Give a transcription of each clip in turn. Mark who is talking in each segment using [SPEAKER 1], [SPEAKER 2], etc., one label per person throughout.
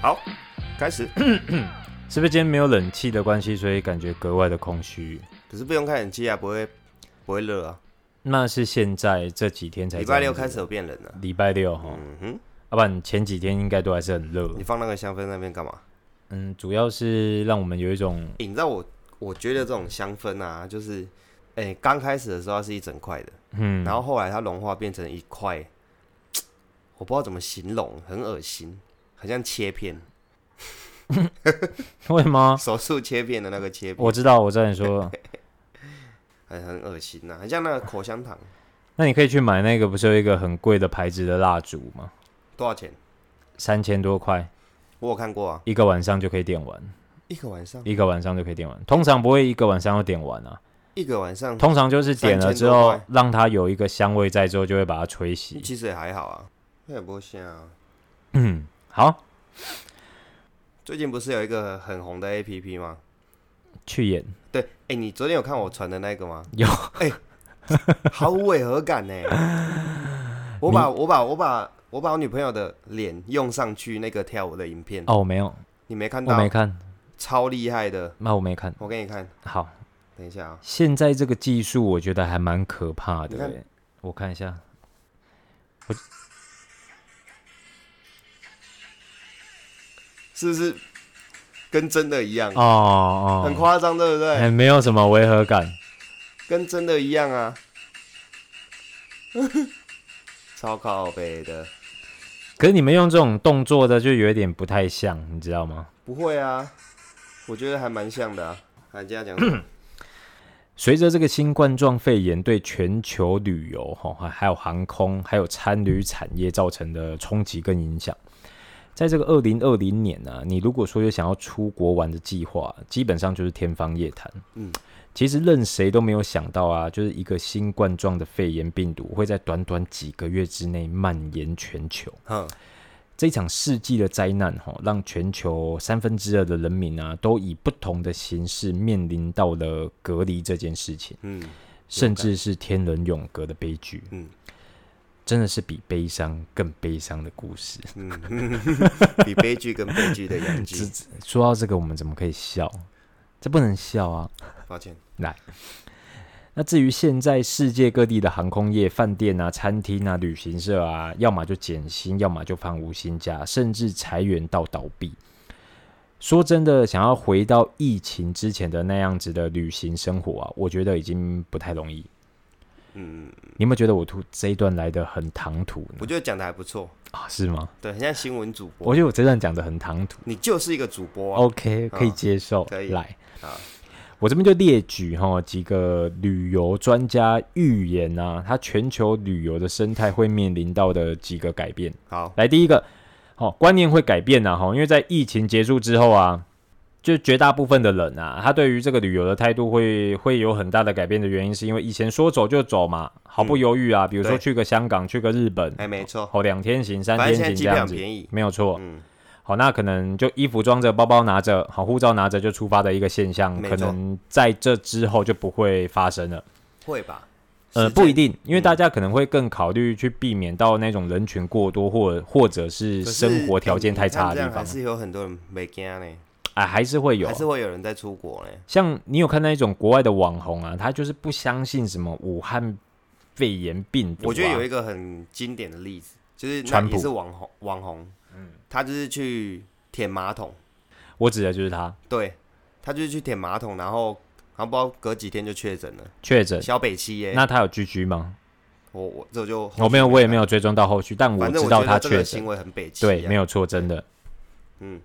[SPEAKER 1] 好，开 始。
[SPEAKER 2] 是不是今天没有冷气的关系，所以感觉格外的空虚？
[SPEAKER 1] 可是不用开冷气啊，不会不会热啊。
[SPEAKER 2] 那是现在这几天才
[SPEAKER 1] 礼拜
[SPEAKER 2] 这
[SPEAKER 1] 六
[SPEAKER 2] 样子
[SPEAKER 1] 开始有变冷了、
[SPEAKER 2] 礼拜六哈，
[SPEAKER 1] 嗯哼，
[SPEAKER 2] 要不然前几天应该都还是很热
[SPEAKER 1] 你。放那个香氛在那边干嘛？
[SPEAKER 2] 嗯，主要是让我们有一种
[SPEAKER 1] 欸你知道我，我觉得这种香氛啊，就是，哎、刚开始的时候它是一整块的，
[SPEAKER 2] 嗯，
[SPEAKER 1] 然后后来它融化变成一块，我不知道怎么形容，很恶心，很像切片，
[SPEAKER 2] 为什么？
[SPEAKER 1] 手术切片的那个切片，
[SPEAKER 2] 啊我知道，我知道你说，
[SPEAKER 1] 很很恶心呐、很像那个口香糖，
[SPEAKER 2] 那你可以去买那个，不是有一个很贵的牌子的蜡烛吗？
[SPEAKER 1] 多少钱？
[SPEAKER 2] 三千多块，
[SPEAKER 1] 我有看过啊，
[SPEAKER 2] 一个晚上就可以点完，
[SPEAKER 1] 一个晚上，
[SPEAKER 2] 一个晚上就可以点完。通常不会一个晚上要点完啊，
[SPEAKER 1] 一个晚上，
[SPEAKER 2] 通常就是点了之后
[SPEAKER 1] 嗯3000多块，
[SPEAKER 2] 让它有一个香味在之后，就会把它吹熄。
[SPEAKER 1] 其实也还好啊，那也不会香啊。
[SPEAKER 2] 嗯，好，
[SPEAKER 1] 最近不是有一个很红的 A P P 吗？
[SPEAKER 2] 去演。
[SPEAKER 1] 对，哎、你昨天有看我传的那个吗？
[SPEAKER 2] 有，
[SPEAKER 1] 哎、毫无违和 感呢、我把我把我把我把我女朋友的脸用上去那个跳舞的影片，
[SPEAKER 2] 哦，我没有，
[SPEAKER 1] 你没看
[SPEAKER 2] 我
[SPEAKER 1] 到？
[SPEAKER 2] 没看，
[SPEAKER 1] 超厉害的，
[SPEAKER 2] 那我没看。
[SPEAKER 1] 我给你看，
[SPEAKER 2] 好，
[SPEAKER 1] 等一下啊、
[SPEAKER 2] 现在这个技术我觉得还蛮可怕
[SPEAKER 1] 你
[SPEAKER 2] 的
[SPEAKER 1] 看
[SPEAKER 2] 欸。我看一下，
[SPEAKER 1] 是不是跟真的一样？
[SPEAKER 2] 哦哦，
[SPEAKER 1] 很夸张，对不对？
[SPEAKER 2] 哎没有什么违和感。
[SPEAKER 1] 跟真的一样啊， 超靠北的，
[SPEAKER 2] 可是你们用这种动作的，就有一点不太像，你知道吗？
[SPEAKER 1] 不会啊，我觉得还蛮像的啊。啊，你这样 讲什么，
[SPEAKER 2] 随着这个新冠状肺炎对全球旅游、哈还还有航空、还有餐旅产业造成的冲击跟影响，在这个二零二零年呢、啊，你如果说有想要出国玩的计划，基本上就是天方夜谭。
[SPEAKER 1] 嗯，
[SPEAKER 2] 其实任谁都没有想到啊，就是一个新冠状的肺炎病毒会在短短几个月之内蔓延全球。
[SPEAKER 1] 哼，
[SPEAKER 2] 这场世纪的灾难，哈，让全球三分之二的人民啊，都以不同的形式面临到了隔离这件事情，
[SPEAKER 1] 嗯。
[SPEAKER 2] 甚至是天人永隔的悲剧。
[SPEAKER 1] 嗯，
[SPEAKER 2] 真的是比悲伤更悲伤的故事。
[SPEAKER 1] 嗯，比悲剧跟悲剧的洋剧。
[SPEAKER 2] 说到这个，我们怎么可以笑？这不能笑啊！
[SPEAKER 1] 抱歉，
[SPEAKER 2] 那至于现在世界各地的航空业、饭店啊、餐厅啊、旅行社啊，要么就减薪，要么就放无薪假，甚至裁员到倒闭。说真的，想要回到疫情之前的那样子的旅行生活啊，我觉得已经不太容易。
[SPEAKER 1] 嗯，
[SPEAKER 2] 你有没有觉得我突这一段来的很唐突呢
[SPEAKER 1] 我？觉得讲的还不错，
[SPEAKER 2] 啊，是吗？
[SPEAKER 1] 对，很像新闻主播
[SPEAKER 2] 我，哦觉得我这段讲的很唐突。
[SPEAKER 1] 你就是一个主播啊。
[SPEAKER 2] OK，可以
[SPEAKER 1] 啊
[SPEAKER 2] 接受。
[SPEAKER 1] 可以
[SPEAKER 2] 来
[SPEAKER 1] 啊
[SPEAKER 2] 我这边就列举哈几个旅游专家预言啊，它全球旅游的生态会面临到的几个改变。
[SPEAKER 1] 好，
[SPEAKER 2] 来，第一个，哦，观念会改变呐、啊，哈，因为在疫情结束之后啊，就绝大部分的人啊，他对于这个旅游的态度会会有很大的改变的原因，是因为以前说走就走嘛，毫不犹豫啊，比如
[SPEAKER 1] 嗯
[SPEAKER 2] 说
[SPEAKER 1] 对
[SPEAKER 2] 去个香港，去个日本，
[SPEAKER 1] 哎，没错，
[SPEAKER 2] 哦，两天行、三
[SPEAKER 1] 反正现在
[SPEAKER 2] 天行
[SPEAKER 1] 机
[SPEAKER 2] 这
[SPEAKER 1] 票
[SPEAKER 2] 样
[SPEAKER 1] 很
[SPEAKER 2] 子，
[SPEAKER 1] 便宜。
[SPEAKER 2] 没有错。
[SPEAKER 1] 嗯，
[SPEAKER 2] 好，那可能就衣服装着，包包拿着，好，护照拿着就出发的一个现象，
[SPEAKER 1] 没
[SPEAKER 2] 可
[SPEAKER 1] 错
[SPEAKER 2] 能在这之后就不会发生了。
[SPEAKER 1] 会吧？
[SPEAKER 2] 呃，
[SPEAKER 1] 时间
[SPEAKER 2] 不一。定，因为
[SPEAKER 1] 嗯
[SPEAKER 2] 大家可能会更考虑去避免到那种人群过多，或或者是
[SPEAKER 1] 可是
[SPEAKER 2] 生活条件
[SPEAKER 1] 哎
[SPEAKER 2] 太差
[SPEAKER 1] 你看这
[SPEAKER 2] 的
[SPEAKER 1] 样
[SPEAKER 2] 地方
[SPEAKER 1] 还，是有很多人没惊呢，
[SPEAKER 2] 哎，还是会有
[SPEAKER 1] 还。是会有人在出国呢。
[SPEAKER 2] 像你有啊看那一种国外的网红啊，他就是不相信什么武汉肺炎病毒、啊，
[SPEAKER 1] 我觉得有一个很经典的例子，就是那
[SPEAKER 2] 川普
[SPEAKER 1] 也是网红，网红，嗯，他就是去舔马桶，
[SPEAKER 2] 我指的就是他
[SPEAKER 1] 对，他就是去舔马桶，然后然后不知道隔几天就确诊了，
[SPEAKER 2] 确诊。
[SPEAKER 1] 小北七耶。
[SPEAKER 2] 呃那他有居居吗？
[SPEAKER 1] 我我这就
[SPEAKER 2] 哦我没有，我也没
[SPEAKER 1] 有。
[SPEAKER 2] 有追踪到后续，但我
[SPEAKER 1] 反正
[SPEAKER 2] 知
[SPEAKER 1] 我
[SPEAKER 2] 道
[SPEAKER 1] 觉
[SPEAKER 2] 他
[SPEAKER 1] 得这
[SPEAKER 2] 确
[SPEAKER 1] 个
[SPEAKER 2] 诊
[SPEAKER 1] 行。为很北齐、啊。
[SPEAKER 2] 对，没有错，真的。
[SPEAKER 1] 嗯，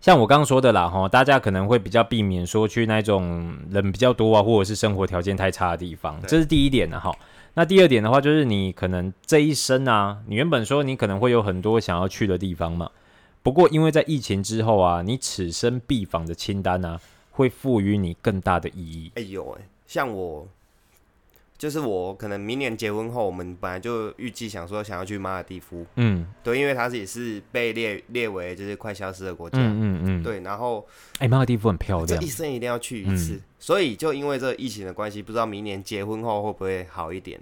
[SPEAKER 2] 像我刚刚说的啦，哈，大家可能会比较避免说去那种人比较多啊，或者是生活条件太差的地方，
[SPEAKER 1] 对
[SPEAKER 2] 这是第一点的、哈。那第二点的话，就是你可能这一生啊，你原本说你可能会有很多想要去的地方嘛，不过因为在疫情之后啊，你此生必访的清单啊，会赋予你更大的意义。
[SPEAKER 1] 哎、有哎、像我，就是我可能明年结婚后，我们本来就预计想说想要去马尔蒂夫，
[SPEAKER 2] 嗯
[SPEAKER 1] 对，因为它也是被列列为就是快消失的国家，
[SPEAKER 2] 嗯嗯嗯，，
[SPEAKER 1] 对，然后
[SPEAKER 2] 哎、马尔蒂夫很漂
[SPEAKER 1] 这
[SPEAKER 2] 亮
[SPEAKER 1] 一，生一定要去一次，所以就因为这疫情的关系，不知道明年结婚后会不会好一点。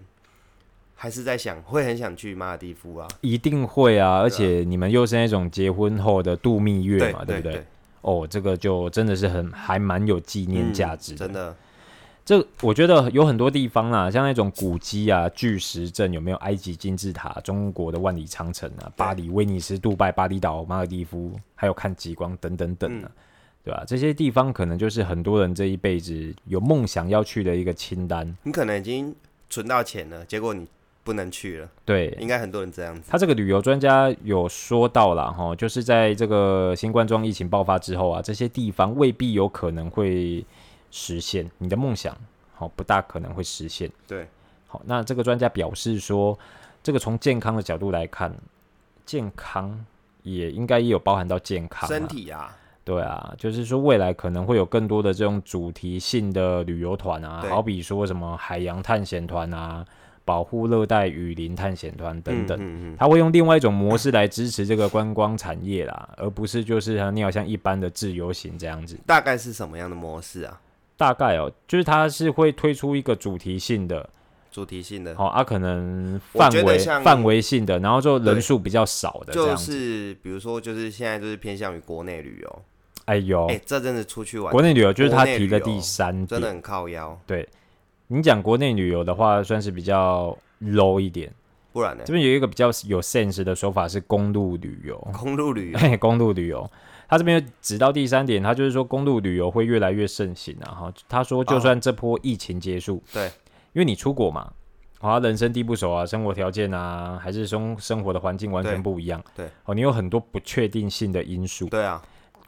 [SPEAKER 1] 还是在想，会很想去马尔蒂夫啊。
[SPEAKER 2] 一定会啊！而且你们又是那种结婚后的度蜜月嘛，
[SPEAKER 1] 对
[SPEAKER 2] 不
[SPEAKER 1] 对，
[SPEAKER 2] 哦，这个就真的是很还蛮有纪念
[SPEAKER 1] 嗯
[SPEAKER 2] 价值的。
[SPEAKER 1] 真的，
[SPEAKER 2] 这我觉得有很多地方啦，像那种古迹啊、巨石阵，有没有埃及金字塔、中国的万里长城啊、巴黎、威尼斯、杜拜、巴厘岛、马尔蒂夫，还有看极光等等等
[SPEAKER 1] 嗯
[SPEAKER 2] 啊，对吧、这些地方可能就是很多人这一辈子有梦想要去的一个清单。
[SPEAKER 1] 你可能已经存到钱了，结果你不能去了，
[SPEAKER 2] 对，
[SPEAKER 1] 应该很多人这样子。
[SPEAKER 2] 他这个旅游专家有说到啦，哈，就是在这个新冠状疫情爆发之后啊，这些地方未必有可能会实现你的梦想，好，不大可能会实现。
[SPEAKER 1] 对，
[SPEAKER 2] 好，那这个专家表示说，这个从健康的角度来看，健康也应该也有包含到健康、啊、
[SPEAKER 1] 身体啊，
[SPEAKER 2] 对啊，就是说未来可能会有更多的这种主题性的旅游团啊，
[SPEAKER 1] 对
[SPEAKER 2] 好比说什么海洋探险团啊、保护热带雨林探险团等等。
[SPEAKER 1] 嗯嗯嗯，
[SPEAKER 2] 他会用另外一种模式来支持这个观光产业啦，而不是就是啊你好像一般的自由行这样子。
[SPEAKER 1] 大概是什么样的模式啊？
[SPEAKER 2] 大概哦，就是他是会推出一个主题性的，
[SPEAKER 1] 主题性的，
[SPEAKER 2] 好、啊，可能
[SPEAKER 1] 我
[SPEAKER 2] 范
[SPEAKER 1] 觉得
[SPEAKER 2] 围
[SPEAKER 1] 像
[SPEAKER 2] 范围性的，然后就人
[SPEAKER 1] 对
[SPEAKER 2] 数比较少的这
[SPEAKER 1] 就
[SPEAKER 2] 样子。
[SPEAKER 1] 是比如说，就是现在就是偏向于国内旅游。
[SPEAKER 2] 哎呦，
[SPEAKER 1] 哎，这阵子出去玩，
[SPEAKER 2] 国内旅游就是他
[SPEAKER 1] 国内
[SPEAKER 2] 提的
[SPEAKER 1] 旅游
[SPEAKER 2] 第三
[SPEAKER 1] 真
[SPEAKER 2] 点
[SPEAKER 1] 的。很靠腰，
[SPEAKER 2] 对，你讲国内旅游的话，算是比较 low 一点。
[SPEAKER 1] 不然呢
[SPEAKER 2] 这？边有一个比较有 sense 的说法是公路旅游。
[SPEAKER 1] 公路 旅游，
[SPEAKER 2] 嘿，公路旅游，他这边指到第三点，他就是说公路旅游会越来越盛行啊。哈，他说就
[SPEAKER 1] 啊
[SPEAKER 2] 算这波疫情结束，
[SPEAKER 1] 对，
[SPEAKER 2] 因为你出国嘛，啊，人生地不熟啊，生活条件啊，还是生生活的环境完全
[SPEAKER 1] 对
[SPEAKER 2] 不一样，
[SPEAKER 1] 对，
[SPEAKER 2] 哦，你有很多不确定性的因素，
[SPEAKER 1] 对啊，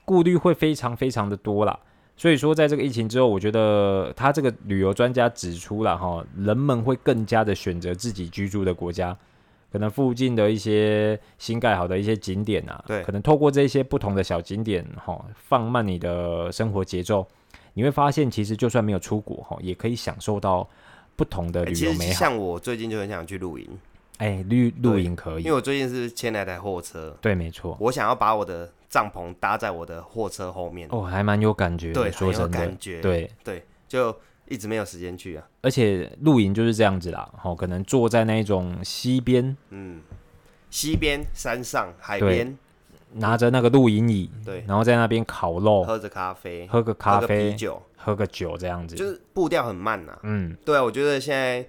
[SPEAKER 2] 顾虑会非常非常的多啦。所以说，在这个疫情之后，我觉得他这个旅游专家指出了哈，人们会更加的选择自己居住的国家，可能附近的一些新盖好的一些景点啊，
[SPEAKER 1] 对
[SPEAKER 2] 可能透过这些不同的小景点哈，放慢你的生活节奏，你会发现，其实就算没有出国哈，也可以享受到不同的
[SPEAKER 1] 哎
[SPEAKER 2] 旅
[SPEAKER 1] 其
[SPEAKER 2] 游
[SPEAKER 1] 实
[SPEAKER 2] 美好。
[SPEAKER 1] 像我最近就很想去露营，
[SPEAKER 2] 哎，旅露
[SPEAKER 1] 对
[SPEAKER 2] 营可
[SPEAKER 1] 因
[SPEAKER 2] 以哦
[SPEAKER 1] 为，我最近是签了一台货车，
[SPEAKER 2] 对，没错，
[SPEAKER 1] 我想要把我的帐篷搭在我的货车后面，
[SPEAKER 2] 哦，还蛮有感觉的，
[SPEAKER 1] 对，很
[SPEAKER 2] 说
[SPEAKER 1] 有
[SPEAKER 2] 真的
[SPEAKER 1] 感，觉，
[SPEAKER 2] 对。
[SPEAKER 1] 对，就一直没有时间去啊，
[SPEAKER 2] 而且露营就是这样子啦，哦，可能坐在那一种溪边，
[SPEAKER 1] 嗯，西边、山上、海
[SPEAKER 2] 对
[SPEAKER 1] 边，
[SPEAKER 2] 拿着那个露营椅，
[SPEAKER 1] 对，
[SPEAKER 2] 然后在那边烤肉，
[SPEAKER 1] 喝着咖啡，
[SPEAKER 2] 喝个咖
[SPEAKER 1] 喝个
[SPEAKER 2] 啡
[SPEAKER 1] 啤，酒，
[SPEAKER 2] 喝个酒这样子。
[SPEAKER 1] 就是步调很慢呐、啊，
[SPEAKER 2] 嗯，
[SPEAKER 1] 对啊，我觉得现在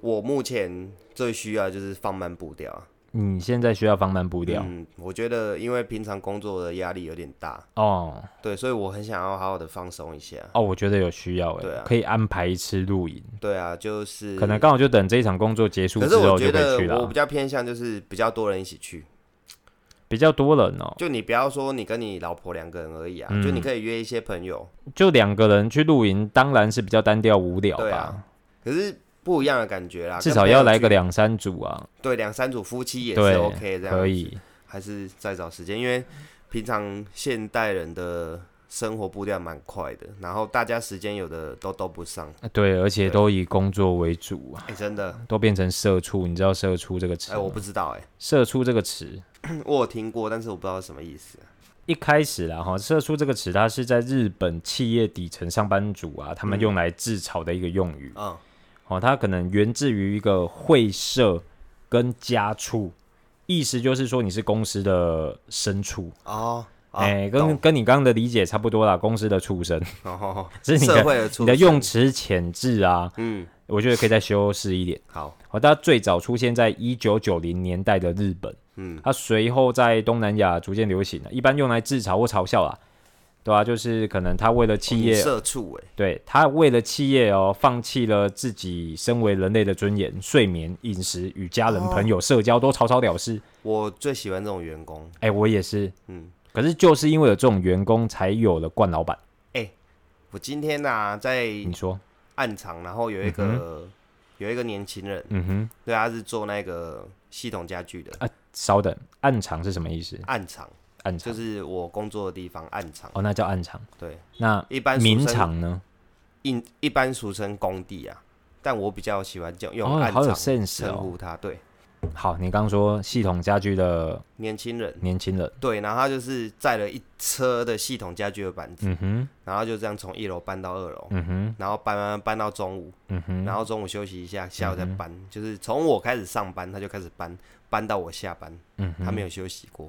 [SPEAKER 1] 我目前最需要就是放慢步调啊，
[SPEAKER 2] 你现在需要放慢步调、
[SPEAKER 1] 嗯，我觉得因为平常工作的压力有点大，
[SPEAKER 2] 哦
[SPEAKER 1] 对，所以我很想要好好的放松一下。
[SPEAKER 2] 哦，我觉得有需要哎、
[SPEAKER 1] 对啊
[SPEAKER 2] 可以安排一次露营，
[SPEAKER 1] 对啊，就是
[SPEAKER 2] 可能刚好就等这一场工作结束
[SPEAKER 1] 可
[SPEAKER 2] 之
[SPEAKER 1] 是
[SPEAKER 2] 后
[SPEAKER 1] 我
[SPEAKER 2] 就
[SPEAKER 1] 觉
[SPEAKER 2] 可以去
[SPEAKER 1] 得我
[SPEAKER 2] 了
[SPEAKER 1] 比，较偏向就是比较多人一起去，
[SPEAKER 2] 比较多人哦，
[SPEAKER 1] 就你不要说你跟你老婆两个人而已啊，
[SPEAKER 2] 嗯
[SPEAKER 1] 就你可以约一些朋友，
[SPEAKER 2] 就两个人去露营，当然是比较单调无聊
[SPEAKER 1] 对
[SPEAKER 2] 吧，
[SPEAKER 1] 啊可是不一样的感觉啦。
[SPEAKER 2] 至
[SPEAKER 1] 跟
[SPEAKER 2] 少
[SPEAKER 1] 朋友
[SPEAKER 2] 要来
[SPEAKER 1] 去
[SPEAKER 2] 个两三组啊，
[SPEAKER 1] 对两三组夫妻也是
[SPEAKER 2] 对
[SPEAKER 1] OK 这样，
[SPEAKER 2] 可，以，
[SPEAKER 1] 还是再找时间，因为平常现代人的生活步调蛮快的，然后大家时间有的都都不上，
[SPEAKER 2] 对，而且
[SPEAKER 1] 对
[SPEAKER 2] 都以工作为主啊。
[SPEAKER 1] 哎、真的，
[SPEAKER 2] 都变成社畜，你知道“社畜”这个词
[SPEAKER 1] 哎、
[SPEAKER 2] 吗？
[SPEAKER 1] 我不知道哎、
[SPEAKER 2] 社畜”这个词
[SPEAKER 1] 我有听过，但是我不知道是什么意思。
[SPEAKER 2] 一开始啦，哈，“社畜”这个词它是在日本企业底层上班族啊，他们用来自嘲的一个用语。
[SPEAKER 1] 嗯，
[SPEAKER 2] 哦，它可能源自于一个会社跟家畜，意思就是说你是公司的牲畜，
[SPEAKER 1] 哦，哦
[SPEAKER 2] 哎、跟
[SPEAKER 1] 懂
[SPEAKER 2] 跟你刚刚的理解差不多啦，公司的畜生。
[SPEAKER 1] 哦，
[SPEAKER 2] 这 是你的
[SPEAKER 1] 社会的
[SPEAKER 2] 你
[SPEAKER 1] 出
[SPEAKER 2] 的用词遣字啊，
[SPEAKER 1] 嗯，
[SPEAKER 2] 我觉得可以再修饰一点。
[SPEAKER 1] 好，
[SPEAKER 2] 好，它哦最早出现在一九九零年代的日本，
[SPEAKER 1] 嗯，
[SPEAKER 2] 它随后在东南亚逐渐流行了，一般用来自嘲或嘲笑啦，对啊，就是可能他为了企
[SPEAKER 1] 你
[SPEAKER 2] 业，
[SPEAKER 1] 社畜哎、
[SPEAKER 2] 对他为了企业哦，放弃了自己身为人类的尊严、睡眠、饮食、与家人、
[SPEAKER 1] 哦
[SPEAKER 2] 朋友、社交都草草了事。
[SPEAKER 1] 我最喜欢这种员工，
[SPEAKER 2] 哎，我也是，
[SPEAKER 1] 嗯，
[SPEAKER 2] 可是就是因为有这种员工，才有了冠老板。
[SPEAKER 1] 我今天呐、在
[SPEAKER 2] 你说，
[SPEAKER 1] 暗场，然后有一个、有一个年轻人，
[SPEAKER 2] 嗯哼，
[SPEAKER 1] 对，他是做那个系统家具的
[SPEAKER 2] 稍等，暗场是什么意思？
[SPEAKER 1] 暗场，
[SPEAKER 2] 暗
[SPEAKER 1] 就
[SPEAKER 2] 场
[SPEAKER 1] 是我工作的地方暗场，
[SPEAKER 2] 哦，那叫暗场。
[SPEAKER 1] 对，
[SPEAKER 2] 那
[SPEAKER 1] 一般俗
[SPEAKER 2] 明
[SPEAKER 1] 称
[SPEAKER 2] 场呢？
[SPEAKER 1] 一一般俗称工地啊，但我比较喜欢叫用
[SPEAKER 2] 哦，
[SPEAKER 1] 暗
[SPEAKER 2] 好有
[SPEAKER 1] 场
[SPEAKER 2] sense
[SPEAKER 1] 称
[SPEAKER 2] 哦。
[SPEAKER 1] 呼他，对，
[SPEAKER 2] 好，你刚刚说系统家具的
[SPEAKER 1] 年轻人，
[SPEAKER 2] 年轻人，
[SPEAKER 1] 对，然后他就是载了一车的系统家具的板子，
[SPEAKER 2] 嗯哼，
[SPEAKER 1] 然后就这样从一楼搬到二楼，
[SPEAKER 2] 嗯哼，
[SPEAKER 1] 然后搬搬搬到中午，
[SPEAKER 2] 嗯哼，
[SPEAKER 1] 然后中午休息一下，下午再搬，就是从我开始上班，他就开始搬，搬到我下班，
[SPEAKER 2] 嗯哼，
[SPEAKER 1] 他没有休息过，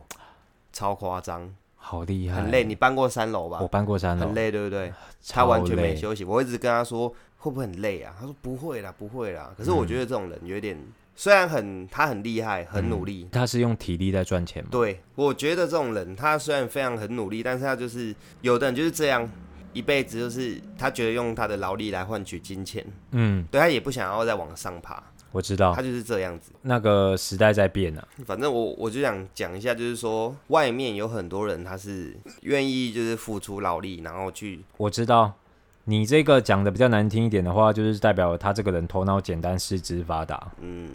[SPEAKER 1] 超夸张，
[SPEAKER 2] 好厉害，
[SPEAKER 1] 很累。，你搬过三楼吧
[SPEAKER 2] 我？搬过山了，
[SPEAKER 1] 很累，对不对？他
[SPEAKER 2] 啊超
[SPEAKER 1] 完全没
[SPEAKER 2] 累
[SPEAKER 1] 休息。我一直跟他说会不会很累啊？他说不会啦，不会啦。可是
[SPEAKER 2] 嗯
[SPEAKER 1] 我觉得这种人有点，虽然很他很厉害，很努力，
[SPEAKER 2] 他是用体力在赚钱吗？
[SPEAKER 1] 对我觉得这种人他虽然非常很努力，但是他就是有的人就是这样，一辈子就是他觉得用他的劳力来换取金钱，
[SPEAKER 2] 嗯，
[SPEAKER 1] 对他也不想要再往上爬，
[SPEAKER 2] 我知道
[SPEAKER 1] 他，就是这样子。
[SPEAKER 2] 那个时代在变啊。
[SPEAKER 1] 反正我我就想讲一下，就是说外面有很多人他是愿意就是付出劳力，然后去
[SPEAKER 2] 我知道，你这个讲的比较难听一点的话，就是代表他这个人头脑简单，四肢发达。
[SPEAKER 1] 嗯，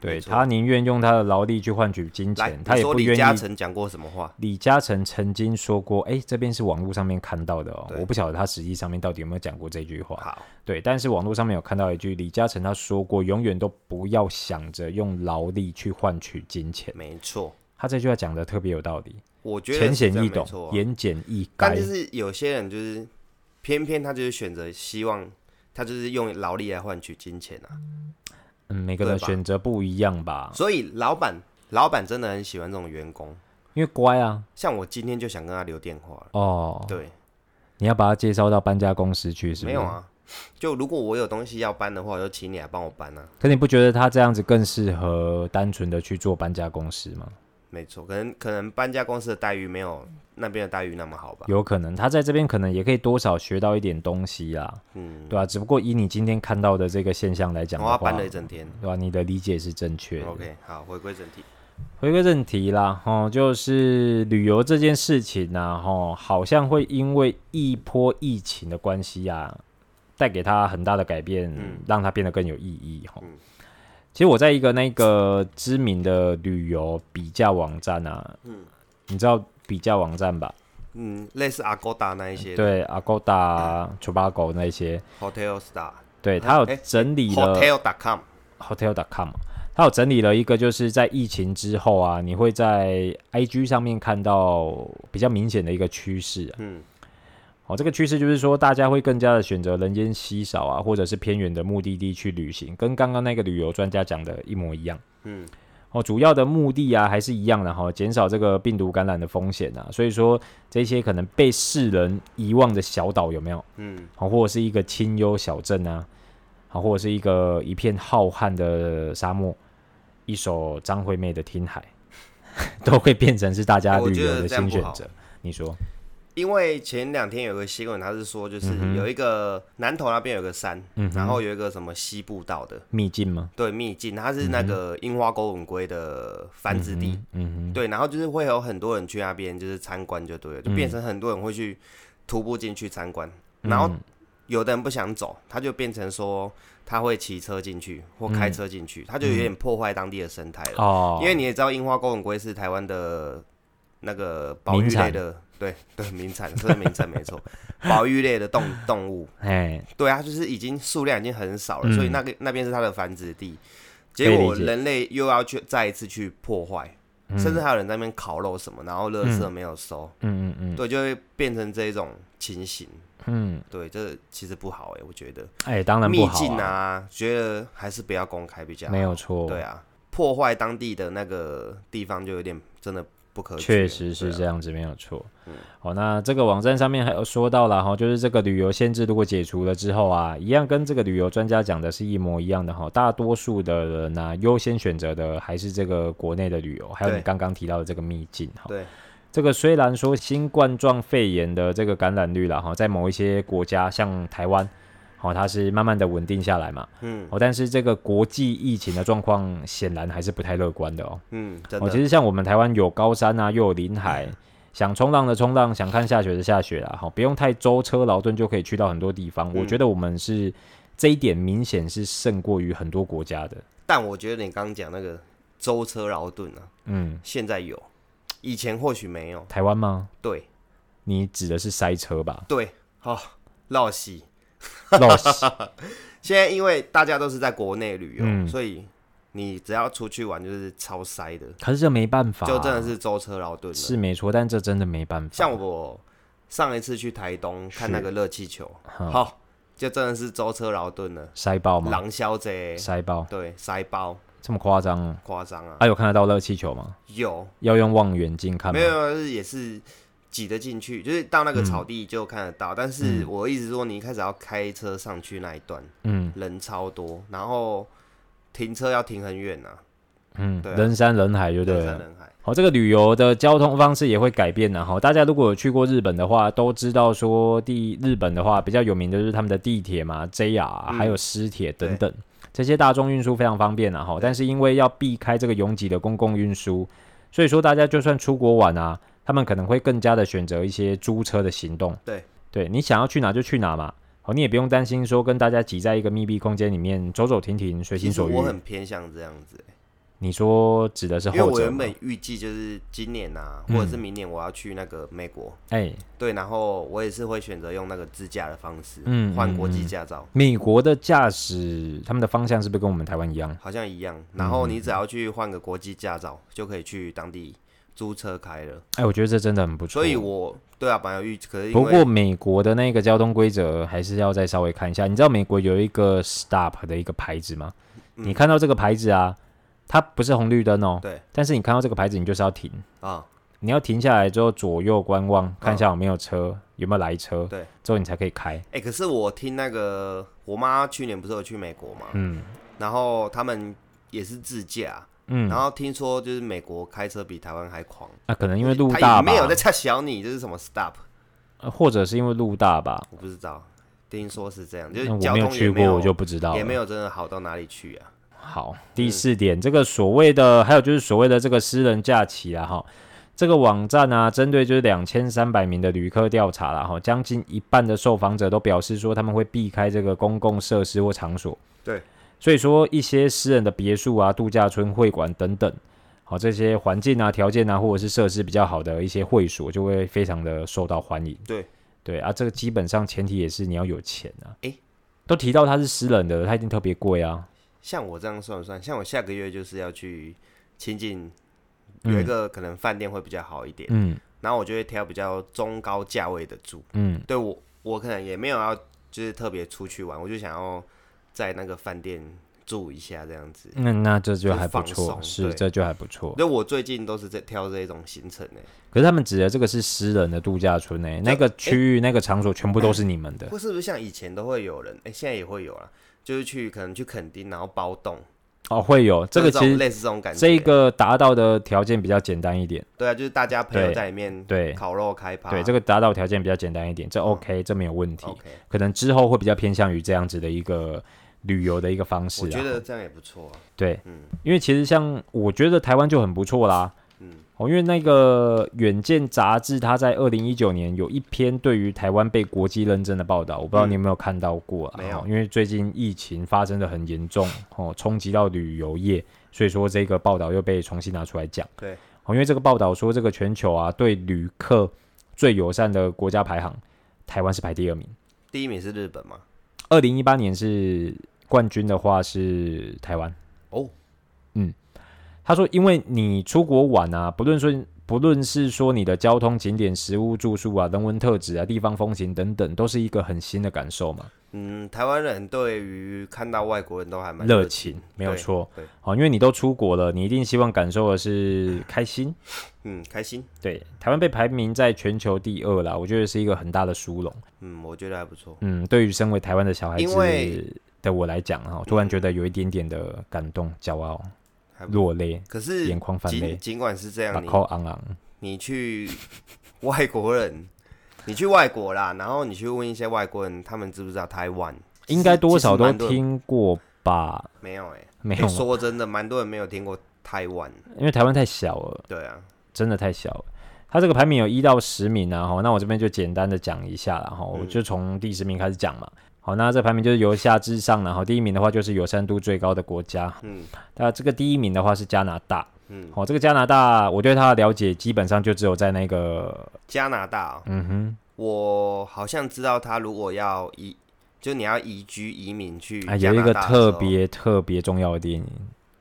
[SPEAKER 2] 对
[SPEAKER 1] 没错
[SPEAKER 2] 他宁愿用他的劳力去换取金
[SPEAKER 1] 来
[SPEAKER 2] 钱，，他
[SPEAKER 1] 你
[SPEAKER 2] 也
[SPEAKER 1] 说
[SPEAKER 2] 不
[SPEAKER 1] 李
[SPEAKER 2] 愿
[SPEAKER 1] 嘉
[SPEAKER 2] 意。
[SPEAKER 1] 诚讲过什么话？
[SPEAKER 2] 李嘉诚曾经说过，哎、这边是网络上面看到的哦，
[SPEAKER 1] 对
[SPEAKER 2] 我不晓得他实际上面到底有没有讲过这句话。
[SPEAKER 1] 好，
[SPEAKER 2] 对，但是网络上面有看到一句，李嘉诚他说过，永远都不要想着用劳力去换取金钱。
[SPEAKER 1] 没错，
[SPEAKER 2] 他这句话讲的特别有道理，
[SPEAKER 1] 我觉得
[SPEAKER 2] 浅显
[SPEAKER 1] 是这样
[SPEAKER 2] 易
[SPEAKER 1] 没
[SPEAKER 2] 懂
[SPEAKER 1] 错啊，
[SPEAKER 2] 言简意
[SPEAKER 1] 但
[SPEAKER 2] 赅。
[SPEAKER 1] 就是有些人就是偏偏他就是选择希望他就是用劳力来换取金钱啊，
[SPEAKER 2] 嗯，每个
[SPEAKER 1] 对
[SPEAKER 2] 人
[SPEAKER 1] 吧
[SPEAKER 2] 选择不一样吧，
[SPEAKER 1] 所以老板老板真的很喜欢这种员工。
[SPEAKER 2] 因为乖啊。
[SPEAKER 1] 像我今天就想跟他留电话了，
[SPEAKER 2] 哦，
[SPEAKER 1] 对，
[SPEAKER 2] 你要把他介绍到搬家公司去，是不是？
[SPEAKER 1] 没有。啊。就如果我有东西要搬的话，我就请你来帮我搬啊。
[SPEAKER 2] 可你不觉得他这样子更适合单纯的去做搬家公司吗？
[SPEAKER 1] 没错，可能可能搬家公司的待遇没有那边的待遇那么好吧。
[SPEAKER 2] 有可能，他在这边可能也可以多少学到一点东西啦，
[SPEAKER 1] 嗯，
[SPEAKER 2] 对啊，只不过以你今天看到的这个现象来讲
[SPEAKER 1] 然
[SPEAKER 2] 的
[SPEAKER 1] 后
[SPEAKER 2] 话，
[SPEAKER 1] 他搬了一整天。
[SPEAKER 2] 对吧、你的理解是正确的。
[SPEAKER 1] OK，好，回归正题。
[SPEAKER 2] 回归正题啦，哦，就是旅游这件事情呢、啊，哦，好像会因为一波疫情的关系啊，带给他很大的改变，
[SPEAKER 1] 嗯
[SPEAKER 2] 让他变得更有意义。哈、
[SPEAKER 1] 嗯
[SPEAKER 2] 其实我在一个那个知名的旅游比价网站啊，
[SPEAKER 1] 嗯
[SPEAKER 2] 你知道比价网站吧？
[SPEAKER 1] 嗯，类似阿勾达那一些的
[SPEAKER 2] 对，Agoda、Trivago 那些，
[SPEAKER 1] ，Hotel Star、
[SPEAKER 2] 对，它有
[SPEAKER 1] 哎
[SPEAKER 2] 整理了。
[SPEAKER 1] Hotel.com，
[SPEAKER 2] hotel.com，嘛它有整理了一个，就是在疫情之后啊，你会在 IG 上面看到比较明显的一个趋势、啊。
[SPEAKER 1] 嗯，
[SPEAKER 2] 哦，这个趋势就是说，大家会更加的选择人烟稀少啊，或者是偏远的目的地去旅行，跟刚刚那个旅游专家讲的一模一样。
[SPEAKER 1] 嗯，
[SPEAKER 2] 哦，主要的目的啊还是一样的哈、减少这个病毒感染的风险啊。所以说，这些可能被世人遗忘的小岛有没有？
[SPEAKER 1] 嗯，
[SPEAKER 2] 好，或者是一个清幽小镇啊，好，或者是一个一片浩瀚的沙漠，一首张惠妹的《听海》， 都会变成是大家
[SPEAKER 1] 哎我
[SPEAKER 2] 旅
[SPEAKER 1] 觉
[SPEAKER 2] 游
[SPEAKER 1] 得
[SPEAKER 2] 的
[SPEAKER 1] 这样
[SPEAKER 2] 新
[SPEAKER 1] 不
[SPEAKER 2] 选
[SPEAKER 1] 好
[SPEAKER 2] 择。你说，
[SPEAKER 1] 因为前两天有个新闻，他是说就是
[SPEAKER 2] 嗯哼
[SPEAKER 1] 有一个南投那边有个山，
[SPEAKER 2] 嗯哼
[SPEAKER 1] 然后有一个什么西部道的，
[SPEAKER 2] 秘境吗？
[SPEAKER 1] 对，秘境，它是那个樱花钩吻龟的繁殖地，
[SPEAKER 2] 嗯嗯哼，
[SPEAKER 1] 对，然后就是会有很多人去那边就是参观就对了，就变
[SPEAKER 2] 嗯
[SPEAKER 1] 成很多人会去徒步进去参观，
[SPEAKER 2] 嗯
[SPEAKER 1] 然后有的人不想走，他就变成说他会骑车进去或开车进去，他就有
[SPEAKER 2] 嗯
[SPEAKER 1] 点破坏当地的生态了。
[SPEAKER 2] 哦，
[SPEAKER 1] 因为你也知道，樱花钩吻龟是台湾的那个保育
[SPEAKER 2] 名
[SPEAKER 1] 类
[SPEAKER 2] 产
[SPEAKER 1] 的，对 对，名产，这是名产没错，保育类的动动物，
[SPEAKER 2] 哎，
[SPEAKER 1] 对啊，就是已经数量已经很少了，
[SPEAKER 2] 嗯
[SPEAKER 1] 所以那个那边是它的繁殖地，
[SPEAKER 2] 以
[SPEAKER 1] 结果
[SPEAKER 2] 理解
[SPEAKER 1] 人类又要去再一次去破坏，
[SPEAKER 2] 嗯
[SPEAKER 1] 甚至还有人在那边烤肉什么，然后垃圾没有收，
[SPEAKER 2] 嗯嗯嗯
[SPEAKER 1] 对，就会变成这种情形，
[SPEAKER 2] 嗯，
[SPEAKER 1] 对，这其实不好哎、我觉得
[SPEAKER 2] 哎，当然不
[SPEAKER 1] 秘
[SPEAKER 2] 好
[SPEAKER 1] 境啊，觉得还是不要公开比较好
[SPEAKER 2] 没有错，
[SPEAKER 1] 对啊，破坏当地的那个地方就有点真的不可取了。啊
[SPEAKER 2] 确实是这
[SPEAKER 1] 样。
[SPEAKER 2] 样子，没有错。
[SPEAKER 1] 嗯
[SPEAKER 2] 好，那这个网站上面还有说到了哈，就是这个旅游限制如果解除了之后啊，一样跟这个旅游专家讲的是一模一样的哈。大多数的人呢、优先选择的还是这个国内的旅游，还有你
[SPEAKER 1] 对
[SPEAKER 2] 刚刚提到的这个秘境哈。
[SPEAKER 1] 对，
[SPEAKER 2] 这个虽然说新冠状肺炎的这个感染率了哈，在某一些国家像台湾，好、它是慢慢的稳定下来嘛，
[SPEAKER 1] 嗯
[SPEAKER 2] 哦，但是这个国际疫情的状况显然还是不太乐观的哦。
[SPEAKER 1] 嗯，真
[SPEAKER 2] 哦，
[SPEAKER 1] 的
[SPEAKER 2] 其，实像我们台湾有高山啊，又有林海，
[SPEAKER 1] 嗯
[SPEAKER 2] 想冲浪的冲浪，想看下雪的下雪啦，好，不用太舟车劳顿就可以去到很多地方。我
[SPEAKER 1] 嗯
[SPEAKER 2] 觉得我们是这一点明显是胜过于很多国家的。
[SPEAKER 1] 但我觉得你刚刚讲那个舟车劳顿啊，
[SPEAKER 2] 嗯，
[SPEAKER 1] 现在有，以前或许没有。
[SPEAKER 2] 台湾吗？
[SPEAKER 1] 对？
[SPEAKER 2] 你指的是塞车吧
[SPEAKER 1] 对，哦好、绕西。
[SPEAKER 2] loss，
[SPEAKER 1] 现在因为大家都是在国内旅游，
[SPEAKER 2] 嗯
[SPEAKER 1] 所以你只要出去玩就是超塞的，
[SPEAKER 2] 可是这没办法、
[SPEAKER 1] 就真的是舟车劳顿了。
[SPEAKER 2] 是没错，但这真的没办法。
[SPEAKER 1] 像我上一次去台东看那个热气球，好，就真的是舟车劳顿了，
[SPEAKER 2] 塞爆嗯吗？
[SPEAKER 1] 狼消贼，
[SPEAKER 2] 塞爆
[SPEAKER 1] 对，塞爆，
[SPEAKER 2] 这么夸张哦？
[SPEAKER 1] 夸张啊！
[SPEAKER 2] 啊，有看得到热气球吗？
[SPEAKER 1] 有
[SPEAKER 2] 要用望远镜看吗嗯
[SPEAKER 1] 没？有？就是也是挤得进去，就是到那个草地就看得到。但是我一直说，你一开始要开车上去那一段，
[SPEAKER 2] 嗯
[SPEAKER 1] 人超多，然后停车要停很远呐、啊，
[SPEAKER 2] 嗯，
[SPEAKER 1] 对啊
[SPEAKER 2] 人山人海就对
[SPEAKER 1] 人山
[SPEAKER 2] 了。
[SPEAKER 1] 人海。
[SPEAKER 2] 好，这个旅游的交通方式也会改变然后大家如果有去过日本的话，都知道说地日本的话比较有名的就是他们的地铁嘛、JR，
[SPEAKER 1] 嗯
[SPEAKER 2] 还有私铁等等、这些大众运输非常方便然后但是因为要避开这个拥挤的公共运输，所以说大家就算出国玩啊，他们可能会更加的选择一些租车的行动。
[SPEAKER 1] 对，
[SPEAKER 2] 对你想要去哪就去哪嘛。好，你也不用担心说跟大家挤在一个密闭空间里面走走停停，随
[SPEAKER 1] 其
[SPEAKER 2] 心
[SPEAKER 1] 实
[SPEAKER 2] 所欲
[SPEAKER 1] 我。很偏向这样子、欸
[SPEAKER 2] 你说指的是
[SPEAKER 1] 因为
[SPEAKER 2] 后
[SPEAKER 1] 我
[SPEAKER 2] 者
[SPEAKER 1] 原
[SPEAKER 2] 吗？
[SPEAKER 1] 本预计就是今年啊，
[SPEAKER 2] 嗯
[SPEAKER 1] 或者是明年我要去那个美国，
[SPEAKER 2] 哎、
[SPEAKER 1] 对，然后我也是会选择用那个自驾的方式，
[SPEAKER 2] 嗯
[SPEAKER 1] 换国际
[SPEAKER 2] 嗯嗯
[SPEAKER 1] 驾照，
[SPEAKER 2] 美国的驾驶，他们的方向是不是跟我们台湾一样？
[SPEAKER 1] 好像一样。然后
[SPEAKER 2] 嗯
[SPEAKER 1] 你只要去换个国际驾照，就可以去当地租车开了。
[SPEAKER 2] 哎，我觉得这真的很不错。
[SPEAKER 1] 所以我对啊，本来有预，可是因
[SPEAKER 2] 不
[SPEAKER 1] 为
[SPEAKER 2] 过美国的那个交通规则还是要再稍微看一下。你知道美国有一个 stop 的一个牌子吗？
[SPEAKER 1] 嗯
[SPEAKER 2] 你看到这个牌子啊，它不是红绿灯哦，
[SPEAKER 1] 对
[SPEAKER 2] 但是你看到这个牌子，你就是要停。
[SPEAKER 1] 啊，
[SPEAKER 2] 你要停下来之后左右观望，看一下有没有车，有没有来车，
[SPEAKER 1] 对，
[SPEAKER 2] 之后你才可以开。
[SPEAKER 1] 哎、可是我听那个我妈去年不是有去美国嘛，
[SPEAKER 2] 嗯
[SPEAKER 1] 然后他们也是自驾，
[SPEAKER 2] 嗯，
[SPEAKER 1] 然后听说就是美国开车比台湾还狂，
[SPEAKER 2] 那、可能因为路
[SPEAKER 1] 他也
[SPEAKER 2] 大吧
[SPEAKER 1] 没，有在恰小你，这是什么 stop？
[SPEAKER 2] 呃或者是因为路大吧，
[SPEAKER 1] 我不知道，听说是这样，就
[SPEAKER 2] 那
[SPEAKER 1] 是
[SPEAKER 2] 我
[SPEAKER 1] 交
[SPEAKER 2] 没有
[SPEAKER 1] 通也
[SPEAKER 2] 去
[SPEAKER 1] 没
[SPEAKER 2] 过，
[SPEAKER 1] 有
[SPEAKER 2] 我就不知道了。
[SPEAKER 1] 也没有真的好到哪里去啊。
[SPEAKER 2] 好，第四点，这个所谓的还有就是所谓的这个私人假期啦，哈，这个网站啊，针对就是两千三百名的旅客调查啦，哈，将近一半的受访者都表示说他们会避开这个公共设施或场所，
[SPEAKER 1] 对，
[SPEAKER 2] 所以说一些私人的别墅啊、度假村、会馆等等。好，这些环境啊、条件啊，或者是设施比较好的一些会所，就会非常的受到欢迎。
[SPEAKER 1] 对，
[SPEAKER 2] 对啊，这个基本上前提也是你要有钱啊。
[SPEAKER 1] 诶
[SPEAKER 2] 都提到它是私人的，它一定特别贵啊。
[SPEAKER 1] 像我这样算不算？像我下个月就是要去亲近有一个可能饭店会比较好一点，
[SPEAKER 2] 嗯
[SPEAKER 1] 然后我就会挑比较中高价位的住。
[SPEAKER 2] 嗯，
[SPEAKER 1] 对我，我可能也没有要就是特别出去玩，我就想要在那个饭店住一下这样子。
[SPEAKER 2] 那那这就
[SPEAKER 1] 就
[SPEAKER 2] 还不
[SPEAKER 1] 放
[SPEAKER 2] 错，
[SPEAKER 1] 松
[SPEAKER 2] 是
[SPEAKER 1] 对
[SPEAKER 2] 这就还不错。
[SPEAKER 1] 那我最近都是在挑这种行程欸呢、
[SPEAKER 2] 可是他们指的这个是私人的度假村诶、那
[SPEAKER 1] 这嗯
[SPEAKER 2] 个区域、那个场所全部都是你们的
[SPEAKER 1] 或是不是像以前都会有人，哎、现在也会有啦，就是去可能去垦丁，然后包栋，
[SPEAKER 2] 哦，会有这个
[SPEAKER 1] 就
[SPEAKER 2] 其
[SPEAKER 1] 种
[SPEAKER 2] 实
[SPEAKER 1] 类似这种感觉。
[SPEAKER 2] 这个达到的条件比较简单一点，
[SPEAKER 1] 对啊，就是大家朋友
[SPEAKER 2] 对
[SPEAKER 1] 在里面
[SPEAKER 2] 对
[SPEAKER 1] 烤肉开趴，
[SPEAKER 2] 对，这
[SPEAKER 1] 个
[SPEAKER 2] 个达到条件比较简单一点，这 OK，这没有问题。
[SPEAKER 1] 嗯 OK，
[SPEAKER 2] 可能之后会比较偏向于这样子的一个旅游的一个方式
[SPEAKER 1] 我觉
[SPEAKER 2] 啊，
[SPEAKER 1] 得这样也不错、啊。
[SPEAKER 2] 对，
[SPEAKER 1] 嗯
[SPEAKER 2] 因为其实像我觉得台湾就很不错啦。
[SPEAKER 1] 嗯，
[SPEAKER 2] 哦，因为那个《远见》杂志，它在二零一九年有一篇对于台湾被国际认证的报道，我不知道你有没有看到过啊？
[SPEAKER 1] 嗯没有
[SPEAKER 2] 哦因为最近疫情发生的很严重，哦，冲击到旅游业，所以说这个报道又被重新拿出来讲。
[SPEAKER 1] 对，
[SPEAKER 2] 哦，因为这个报道说，这个全球啊对旅客最友善的国家排行，台湾是排第二名。
[SPEAKER 1] 第一名是日本嘛？
[SPEAKER 2] 二零一八年是冠军的话是台湾。
[SPEAKER 1] 哦，
[SPEAKER 2] 他说，因为你出国玩啊，不论说不论是说你的交通景点、食物、住宿啊、人文特质啊、地方风情等等，都是一个很新的感受嘛，
[SPEAKER 1] 嗯，台湾人对于看到外国人都还蛮
[SPEAKER 2] 热
[SPEAKER 1] 情，
[SPEAKER 2] 情没有
[SPEAKER 1] 对
[SPEAKER 2] 错
[SPEAKER 1] 对。
[SPEAKER 2] 好，因为你都出国了，你一定希望感受的是开心。
[SPEAKER 1] 嗯，开心，
[SPEAKER 2] 对，台湾被排名在全球第二啦，我觉得是一个很大的殊荣。
[SPEAKER 1] 嗯，我觉得还不错。
[SPEAKER 2] 嗯，对于身为台湾的小孩
[SPEAKER 1] 因为
[SPEAKER 2] 子的我来讲啊哈，突然觉得有一点点的感动、骄傲
[SPEAKER 1] 还、不
[SPEAKER 2] 落泪、
[SPEAKER 1] 可是
[SPEAKER 2] 眼眶泛泪
[SPEAKER 1] 尽尽管是这
[SPEAKER 2] 把
[SPEAKER 1] 样，
[SPEAKER 2] 口昂昂。
[SPEAKER 1] 你你去 外国人，你去外国啦，然后你去问一些外国人，他们知不知道台湾？其实
[SPEAKER 2] 应该多少
[SPEAKER 1] 其
[SPEAKER 2] 都
[SPEAKER 1] 实蛮多人
[SPEAKER 2] 听过吧？
[SPEAKER 1] 没有哎、
[SPEAKER 2] 没
[SPEAKER 1] 欸
[SPEAKER 2] 有吗，
[SPEAKER 1] 说真的，蛮多人没有听过台湾。
[SPEAKER 2] 因为台湾太小了，
[SPEAKER 1] 对啊，
[SPEAKER 2] 真的太小了。它这个排名有一到十名啊，吼，那我这边就简单的讲一下啦，吼，我
[SPEAKER 1] 嗯
[SPEAKER 2] 就从第十名开始讲嘛。好，那这排名就是由下至上啦，然后第一名的话就是友善度最高的国家，
[SPEAKER 1] 嗯
[SPEAKER 2] 那这个第一名的话是加拿大，
[SPEAKER 1] 嗯，
[SPEAKER 2] 好，这个加拿大我对它的了解基本上就只有在那个，
[SPEAKER 1] 加拿大哦、
[SPEAKER 2] 嗯哼，
[SPEAKER 1] 我好像知道他如果要移，就你要移居移民去
[SPEAKER 2] 啊，
[SPEAKER 1] 加
[SPEAKER 2] 有一
[SPEAKER 1] 拿
[SPEAKER 2] 个
[SPEAKER 1] 大的时候
[SPEAKER 2] 特别特别重要的电影，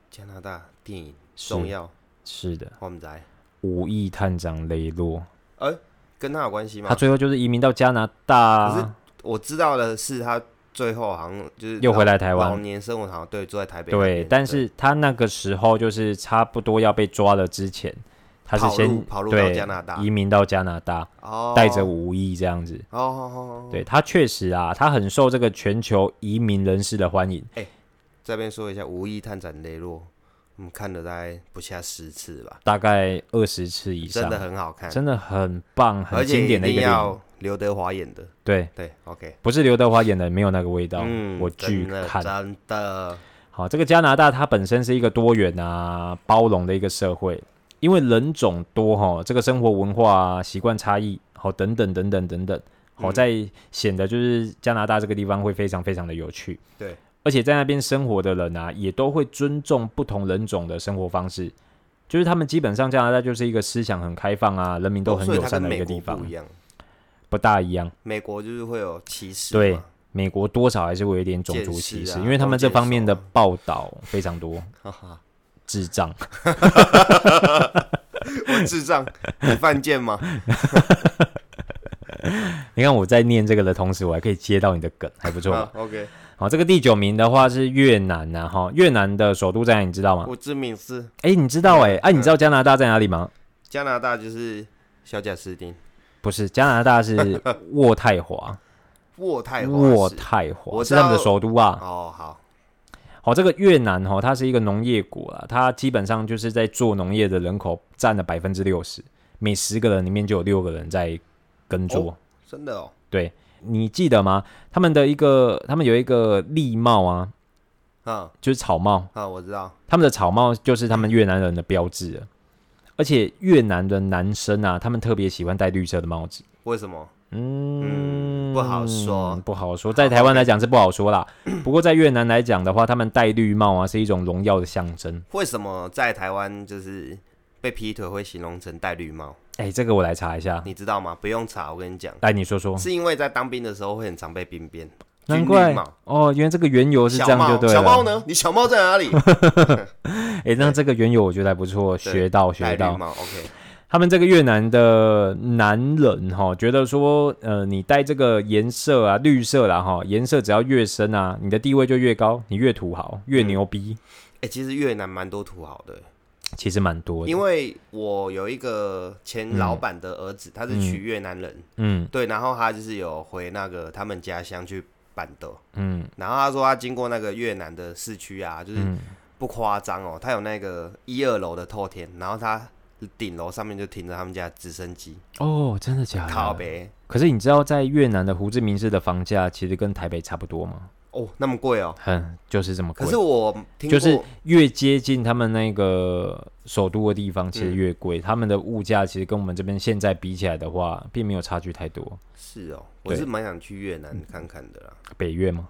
[SPEAKER 1] 加拿大电影
[SPEAKER 2] 是
[SPEAKER 1] 重要，
[SPEAKER 2] 是的，
[SPEAKER 1] 我们来，
[SPEAKER 2] 五亿探长雷洛，
[SPEAKER 1] 呃，跟他有关系吗
[SPEAKER 2] 他？最后就是移民到加拿大，
[SPEAKER 1] 可是呃我知道的是，他最后好像就是
[SPEAKER 2] 又回来
[SPEAKER 1] 老
[SPEAKER 2] 台湾
[SPEAKER 1] 老。年生活好像对，住在台北那边。
[SPEAKER 2] 对，但是他那个时候就是差不多要被抓了之前，他是
[SPEAKER 1] 跑路
[SPEAKER 2] 先
[SPEAKER 1] 跑路到
[SPEAKER 2] 对
[SPEAKER 1] 加拿大，
[SPEAKER 2] 移民到加拿大，
[SPEAKER 1] 哦，
[SPEAKER 2] 带着五亿这样子。
[SPEAKER 1] 哦哦，哦，
[SPEAKER 2] 对他确实啊，他很受这个全球移民人士的欢迎。
[SPEAKER 1] 这边说一下《无意探长雷洛》，我们看了大概不下十次吧，
[SPEAKER 2] 大概二十次以上，
[SPEAKER 1] 真的很好看，
[SPEAKER 2] 真的很棒，
[SPEAKER 1] 而
[SPEAKER 2] 很
[SPEAKER 1] 且
[SPEAKER 2] 经
[SPEAKER 1] 一
[SPEAKER 2] 典的一
[SPEAKER 1] 定
[SPEAKER 2] 个电影。
[SPEAKER 1] 要刘德华演的，
[SPEAKER 2] 对，
[SPEAKER 1] 对，OK，
[SPEAKER 2] 不是刘德华演的，没有那个味道。
[SPEAKER 1] 嗯，
[SPEAKER 2] 我巨
[SPEAKER 1] 真的
[SPEAKER 2] 看。
[SPEAKER 1] 真的，
[SPEAKER 2] 好，这个加拿大它本身是一个多元啊、包容的一个社会，因为人种多哈、这个生活文化啊、习惯差异，好、等等等等等等，好、
[SPEAKER 1] 嗯
[SPEAKER 2] 在显得就是加拿大这个地方会非常非常的有趣。
[SPEAKER 1] 对，
[SPEAKER 2] 而且在那边生活的人啊，也都会尊重不同人种的生活方式，就是他们基本上加拿大就是一个思想很开放啊，人民都
[SPEAKER 1] 哦
[SPEAKER 2] 很
[SPEAKER 1] 所以
[SPEAKER 2] 友
[SPEAKER 1] 它
[SPEAKER 2] 善
[SPEAKER 1] 跟
[SPEAKER 2] 的一
[SPEAKER 1] 美
[SPEAKER 2] 个地
[SPEAKER 1] 国
[SPEAKER 2] 方
[SPEAKER 1] 不，一样，
[SPEAKER 2] 不大一样。
[SPEAKER 1] 美国就是会有歧视嘛，
[SPEAKER 2] 对美国多少还是会有一点种族歧
[SPEAKER 1] 见识
[SPEAKER 2] 视，
[SPEAKER 1] 啊
[SPEAKER 2] 因为他们这方面的
[SPEAKER 1] 封建
[SPEAKER 2] 报道非常多，
[SPEAKER 1] 啊哈哈，
[SPEAKER 2] 智障。
[SPEAKER 1] 我智障，你犯贱吗？
[SPEAKER 2] 你看我在念这个的同时，我还可以接到你的梗，还不错吧
[SPEAKER 1] 啊。，OK，
[SPEAKER 2] 好，这个第九名的话是越南呐、哈，越南的首都在哪？你知道吗？
[SPEAKER 1] 胡志明市，
[SPEAKER 2] 哎、你知道哎、哎、
[SPEAKER 1] 嗯
[SPEAKER 2] 你知道加拿大在哪里吗？
[SPEAKER 1] 加拿大就是小贾斯汀，
[SPEAKER 2] 不是，加 拿大是渥太华，
[SPEAKER 1] 渥太华市，
[SPEAKER 2] 渥太华
[SPEAKER 1] 我
[SPEAKER 2] 是
[SPEAKER 1] 知
[SPEAKER 2] 他
[SPEAKER 1] 道
[SPEAKER 2] 们的首都啊。
[SPEAKER 1] 哦，好，
[SPEAKER 2] 好，这个越南哈、它是一个农业国啊，它基本上就是在做农业的人口占了百分之六十，每十个人里面就有六个人在耕作。
[SPEAKER 1] 真的哦，
[SPEAKER 2] 对，你记得吗？他们的一个，他们有一个笠帽啊，
[SPEAKER 1] 嗯，
[SPEAKER 2] 就是草帽。
[SPEAKER 1] 好，我知道，
[SPEAKER 2] 他们的草帽就是他们越南人的标志了。而且越南的男生啊，他们特别喜欢戴绿色的帽子。
[SPEAKER 1] 为什么？
[SPEAKER 2] 嗯，
[SPEAKER 1] 嗯不好说
[SPEAKER 2] 不好说。在台湾来讲是不好说啦，不过在越南来讲的话，他们戴绿帽啊是一种荣耀的象征。
[SPEAKER 1] 为什么在台湾就是被劈腿会形容成戴绿帽？
[SPEAKER 2] 哎、这个我来查一下。
[SPEAKER 1] 你知道吗？不用查，我跟你讲，
[SPEAKER 2] 来，你说说，
[SPEAKER 1] 是因为在当兵的时候会很常被兵变。
[SPEAKER 2] 哦难
[SPEAKER 1] 军
[SPEAKER 2] 怪
[SPEAKER 1] 绿帽
[SPEAKER 2] 哦，原来这个缘由是这
[SPEAKER 1] 小
[SPEAKER 2] 样就
[SPEAKER 1] 帽，
[SPEAKER 2] 对
[SPEAKER 1] 小帽
[SPEAKER 2] 了。
[SPEAKER 1] 呢？你小帽在哪里？
[SPEAKER 2] 哎、那这个缘由我觉得还不错，
[SPEAKER 1] 对
[SPEAKER 2] 学到
[SPEAKER 1] 戴
[SPEAKER 2] 学
[SPEAKER 1] 绿
[SPEAKER 2] 到。
[SPEAKER 1] 帽，OK，
[SPEAKER 2] 他们这个越南的男人哈，觉得说，呃，你戴这个颜色啊，绿色啦哈，颜色只要越深啊，你的地位就越高，你越土豪，越牛逼，嗯
[SPEAKER 1] 哎、其实越南蛮多土豪的，
[SPEAKER 2] 其实蛮多的。
[SPEAKER 1] 因为我有一个前老板的儿子，他是娶越南人，
[SPEAKER 2] 嗯
[SPEAKER 1] 对，然后他就是有回那个他们家乡去板豆，
[SPEAKER 2] 嗯
[SPEAKER 1] 然后他说他经过那个越南的市区啊，就是
[SPEAKER 2] 嗯，
[SPEAKER 1] 不夸张哦，他有那个一二楼的透天，然后他顶楼上面就停着他们家的直升机，
[SPEAKER 2] 哦，真的假
[SPEAKER 1] 靠
[SPEAKER 2] 的？
[SPEAKER 1] 呗，
[SPEAKER 2] 可是你知道，在越南的胡志明市的房价其实跟台北差不多吗？
[SPEAKER 1] 哦，那么贵哦。
[SPEAKER 2] 哼，就是这么贵
[SPEAKER 1] 可。是我听过，
[SPEAKER 2] 就是越接近他们那个首都的地方，其实越贵。他们的物价其实跟我们这边现在比起来的话，并没有差距太多。
[SPEAKER 1] 是哦，我是蛮想去越南看看的啦，
[SPEAKER 2] 北越吗？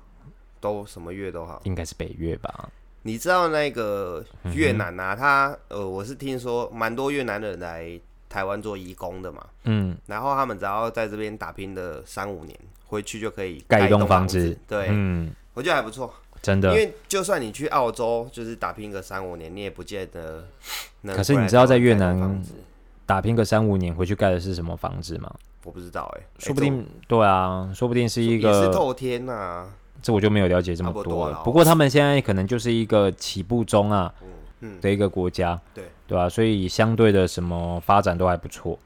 [SPEAKER 1] 都什么越都好。
[SPEAKER 2] 应该是北越吧？
[SPEAKER 1] 你知道那个
[SPEAKER 2] 嗯
[SPEAKER 1] 越南啊，他呃，我是听说蛮多越南人来台湾做义工的嘛，
[SPEAKER 2] 嗯，
[SPEAKER 1] 然后他们只要在这边打拼的三五年，回去就可以
[SPEAKER 2] 盖一
[SPEAKER 1] 一栋
[SPEAKER 2] 栋房
[SPEAKER 1] 子
[SPEAKER 2] 子。
[SPEAKER 1] 对，
[SPEAKER 2] 嗯，
[SPEAKER 1] 我觉得还不错。
[SPEAKER 2] 真
[SPEAKER 1] 因
[SPEAKER 2] 的。
[SPEAKER 1] 为就算你去澳洲，就是打拼个三五年，你也不见得能回来台湾盖栋房子。
[SPEAKER 2] 可是你知道在越南打拼个三五年，回去盖的是什么房子吗？
[SPEAKER 1] 我不知道哎、
[SPEAKER 2] 说不定对啊，说不定是
[SPEAKER 1] 是
[SPEAKER 2] 一
[SPEAKER 1] 也是
[SPEAKER 2] 个，
[SPEAKER 1] 透天呐、啊。
[SPEAKER 2] 这我就没有了解这么
[SPEAKER 1] 差不
[SPEAKER 2] 多
[SPEAKER 1] 多啦
[SPEAKER 2] 了。不过他们现在可能就是一个起步中啊
[SPEAKER 1] 嗯嗯，
[SPEAKER 2] 的一个国家，
[SPEAKER 1] 对
[SPEAKER 2] 对吧？所以相对的什么发展都还不错。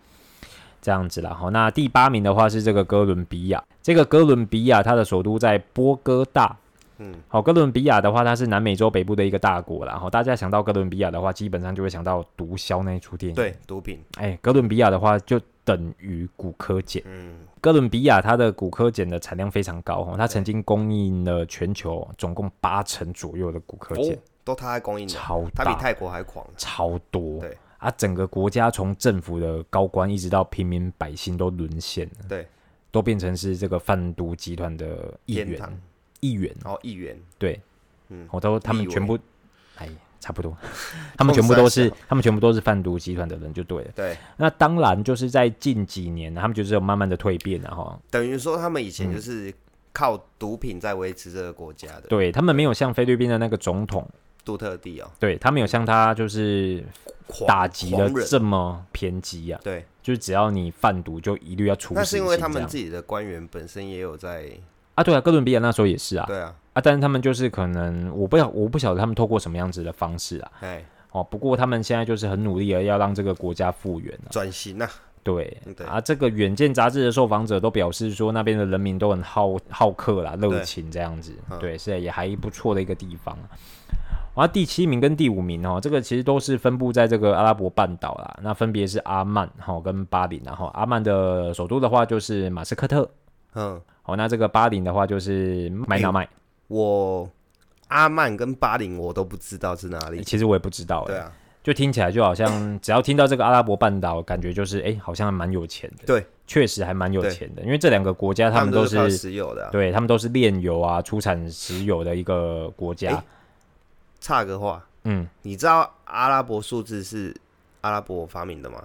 [SPEAKER 2] 这样子啦，好，那第八名的话是这个哥伦比亚，这个哥伦比亚它的首都在波哥大，
[SPEAKER 1] 嗯，
[SPEAKER 2] 好，哥伦比亚的话，它是南美洲北部的一个大国啦。然后大家想到哥伦比亚的话，基本上就会想到《毒枭》那一出电影。，
[SPEAKER 1] 对，毒品，
[SPEAKER 2] 哎，哥伦比亚的话就等于古柯碱。
[SPEAKER 1] 嗯，
[SPEAKER 2] 哥伦比亚它的古柯碱的产量非常高哦，它曾经供应了全球总共八成左右的古柯碱，
[SPEAKER 1] 哦，都他在供应的，
[SPEAKER 2] 超
[SPEAKER 1] 他比
[SPEAKER 2] 大，
[SPEAKER 1] 泰国还狂。
[SPEAKER 2] 超多。
[SPEAKER 1] 对
[SPEAKER 2] 啊，整个国家从政府的高官一直到平民百姓都沦陷了，
[SPEAKER 1] 对，
[SPEAKER 2] 都变成是这个贩毒集团的一
[SPEAKER 1] 天
[SPEAKER 2] 员
[SPEAKER 1] 堂，，
[SPEAKER 2] 一员。
[SPEAKER 1] 然后议员，
[SPEAKER 2] 对，
[SPEAKER 1] 嗯，
[SPEAKER 2] 我都他们
[SPEAKER 1] 立委
[SPEAKER 2] 全部，哎，差不多， 他们全部都是
[SPEAKER 1] 三
[SPEAKER 2] 他们全部都是贩毒集团的人就对了。
[SPEAKER 1] 对，
[SPEAKER 2] 那当然就是在近几年，他们就是有慢慢的蜕变了哈。
[SPEAKER 1] 等于说他们以前
[SPEAKER 2] 嗯
[SPEAKER 1] 就是靠毒品在维持这个国家的。
[SPEAKER 2] 对他们没有像菲律宾的那个总统
[SPEAKER 1] 杜特地哦，
[SPEAKER 2] 对他没有像他就是
[SPEAKER 1] 狂
[SPEAKER 2] 打击的
[SPEAKER 1] 狂人
[SPEAKER 2] 这么偏激啊，
[SPEAKER 1] 对，
[SPEAKER 2] 就是只要你贩毒就一律要处死
[SPEAKER 1] 那是因为他们
[SPEAKER 2] 刑这
[SPEAKER 1] 自
[SPEAKER 2] 样
[SPEAKER 1] 己的官员本身也有在，
[SPEAKER 2] 啊，对啊，哥伦比亚那时候也是啊，
[SPEAKER 1] 对啊，
[SPEAKER 2] 啊，但是他们就是可能我不晓我不晓得他们透过什么样子的方式啊，
[SPEAKER 1] 哎，
[SPEAKER 2] 哦，不过他们现在就是很努力的要让这个国家复原啊，
[SPEAKER 1] 转型呐，
[SPEAKER 2] 对
[SPEAKER 1] 对
[SPEAKER 2] 啊，这个《远见》杂志的受访者都表示说，那边的人民都很好好客啦，热情这样子，
[SPEAKER 1] 嗯
[SPEAKER 2] 对，是也还不错的一个地方啊。啊，第七名跟第五名哦，这个其实都是分布在这个阿拉伯半岛啦，那分别是阿曼哈、哦、跟巴林啊，然后阿曼的首都的话就是马斯科特，
[SPEAKER 1] 嗯，
[SPEAKER 2] 哦，那这个巴林的话就是麦纳
[SPEAKER 1] 哎
[SPEAKER 2] 麦，
[SPEAKER 1] 我阿曼跟巴林我都不知道是哪里，
[SPEAKER 2] 其实我也不知道，
[SPEAKER 1] 对，啊，
[SPEAKER 2] 就听起来就 好像只要听到这个阿拉伯半岛，感觉就是哎，好像还蛮有钱的，
[SPEAKER 1] 对，
[SPEAKER 2] 确实还蛮有
[SPEAKER 1] 对
[SPEAKER 2] 钱的，因为这两个国家
[SPEAKER 1] 他
[SPEAKER 2] 他
[SPEAKER 1] 们
[SPEAKER 2] 们都
[SPEAKER 1] 是靠石油的啊。
[SPEAKER 2] 对他们都是炼油啊，出产石油的一个国家。
[SPEAKER 1] 诶差个话，
[SPEAKER 2] 嗯，
[SPEAKER 1] 你知道阿拉伯数字是阿拉伯发明的吗？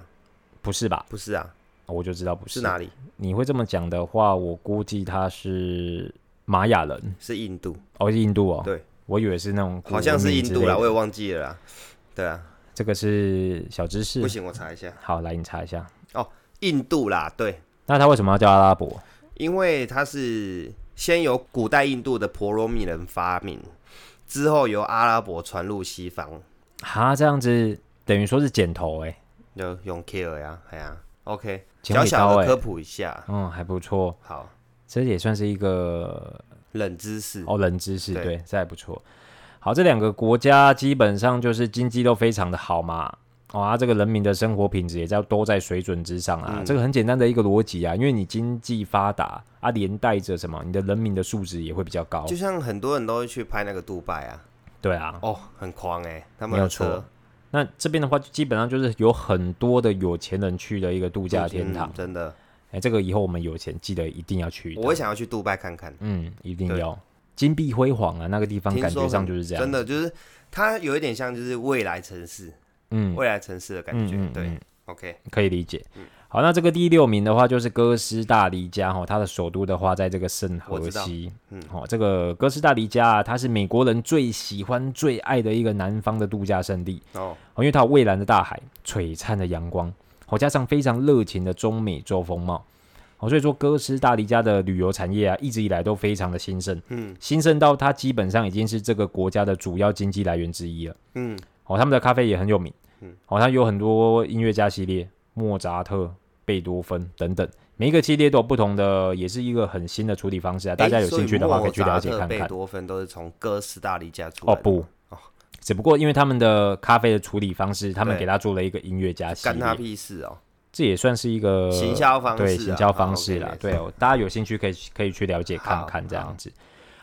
[SPEAKER 2] 不是吧？
[SPEAKER 1] 不是啊，
[SPEAKER 2] 我就知道不是。
[SPEAKER 1] 是哪里？
[SPEAKER 2] 你会这么讲的话，我估计他是玛雅人，
[SPEAKER 1] 是印度，
[SPEAKER 2] 哦，是印度哦。
[SPEAKER 1] 对，
[SPEAKER 2] 我以为是那种古
[SPEAKER 1] 好像是
[SPEAKER 2] 文明
[SPEAKER 1] 印
[SPEAKER 2] 之
[SPEAKER 1] 度
[SPEAKER 2] 类
[SPEAKER 1] 啦，
[SPEAKER 2] 的
[SPEAKER 1] 我也忘记了啦。对啊，
[SPEAKER 2] 这个是小知识
[SPEAKER 1] 不。行，我查一下，
[SPEAKER 2] 好，来你查一下，
[SPEAKER 1] 印度啦，对，
[SPEAKER 2] 那他为什么要叫阿拉伯？
[SPEAKER 1] 因为它是先由古代印度的婆罗米人发明，之后由阿拉伯传入西方，
[SPEAKER 2] 哈，这样子等于说是剪头哎、
[SPEAKER 1] 就用 K 呀，哎呀，OK，
[SPEAKER 2] 剪
[SPEAKER 1] 小
[SPEAKER 2] 尾刀
[SPEAKER 1] 小的
[SPEAKER 2] 哎、
[SPEAKER 1] 科普一下，
[SPEAKER 2] 嗯，还不错，
[SPEAKER 1] 好，
[SPEAKER 2] 这也算是一个
[SPEAKER 1] 冷知识，
[SPEAKER 2] 哦，冷知识，
[SPEAKER 1] 对
[SPEAKER 2] 对，这还不错。好，这两个国家基本上就是经济都非常的好嘛，哦，啊，这个人民的生活品质也在都在水准之上啊，
[SPEAKER 1] 嗯
[SPEAKER 2] 这个很简单的一个逻辑啊，因为你经济发达啊，连带着什么，你的人民的素质也会比较高
[SPEAKER 1] 就，像很多人都会去拍那个杜拜啊，
[SPEAKER 2] 对啊。
[SPEAKER 1] 哦，很狂哎，他
[SPEAKER 2] 没
[SPEAKER 1] 们
[SPEAKER 2] 有
[SPEAKER 1] 的车
[SPEAKER 2] 错，那这边的话，基本上就是有很多的有钱人去的一个度假天堂
[SPEAKER 1] 嗯。真的，
[SPEAKER 2] 哎、这个以后我们有钱记得一定要去一趟。
[SPEAKER 1] 我会想要去杜拜看看。
[SPEAKER 2] 嗯，一定
[SPEAKER 1] 对
[SPEAKER 2] 要金碧辉煌啊，那个地方
[SPEAKER 1] 听
[SPEAKER 2] 感
[SPEAKER 1] 说
[SPEAKER 2] 觉上
[SPEAKER 1] 很
[SPEAKER 2] 就是这样。
[SPEAKER 1] 真的就是它有一点像就是未来城市、
[SPEAKER 2] 嗯，
[SPEAKER 1] 未来城市的感觉。
[SPEAKER 2] 嗯嗯
[SPEAKER 1] 对、
[SPEAKER 2] 嗯
[SPEAKER 1] o k
[SPEAKER 2] 可以理解。好，那这个第六名的话就是哥斯达黎加哈，它的首都的话在这个圣
[SPEAKER 1] 我
[SPEAKER 2] 荷
[SPEAKER 1] 知道
[SPEAKER 2] 西。
[SPEAKER 1] 嗯
[SPEAKER 2] 好、这个哥斯达黎加啊，它是美国人最喜欢、最爱的一个南方的度假胜地，
[SPEAKER 1] 哦，
[SPEAKER 2] 哦、因为它有蔚蓝的大海、璀璨的阳光，好、加上非常热情的中美洲风貌。哦，所以说哥斯达黎加的旅游产业啊，一直以来都非常的兴盛，
[SPEAKER 1] 嗯
[SPEAKER 2] 兴盛到它基本上已经是这个国家的主要经济来源之一了。
[SPEAKER 1] 嗯，
[SPEAKER 2] 哦，他们的咖啡也很有名，
[SPEAKER 1] 嗯
[SPEAKER 2] 哦，它有很多音乐家系列，莫扎特、贝多芬等等，每一个系列都有不同的，也是一个很新的处理方式啊。大家有
[SPEAKER 1] 诶所
[SPEAKER 2] 兴趣的话，可以去了解
[SPEAKER 1] 莫扎特
[SPEAKER 2] 看
[SPEAKER 1] 贝
[SPEAKER 2] 看。
[SPEAKER 1] 多芬都是从哥斯达黎加出来
[SPEAKER 2] 哦
[SPEAKER 1] 的
[SPEAKER 2] 不
[SPEAKER 1] 哦，
[SPEAKER 2] 只不过因为他们的咖啡的处理方式，他们
[SPEAKER 1] 对
[SPEAKER 2] 给他做了一个音乐家系
[SPEAKER 1] 干他
[SPEAKER 2] 列，
[SPEAKER 1] 屁事哦！
[SPEAKER 2] 这也算是一个
[SPEAKER 1] 行销方式啊
[SPEAKER 2] 呃对行销方
[SPEAKER 1] 好
[SPEAKER 2] 式啦
[SPEAKER 1] ，OK，没。
[SPEAKER 2] 对哦，大家有兴趣可以可以去了解看
[SPEAKER 1] 好
[SPEAKER 2] 看这
[SPEAKER 1] 好
[SPEAKER 2] 样子。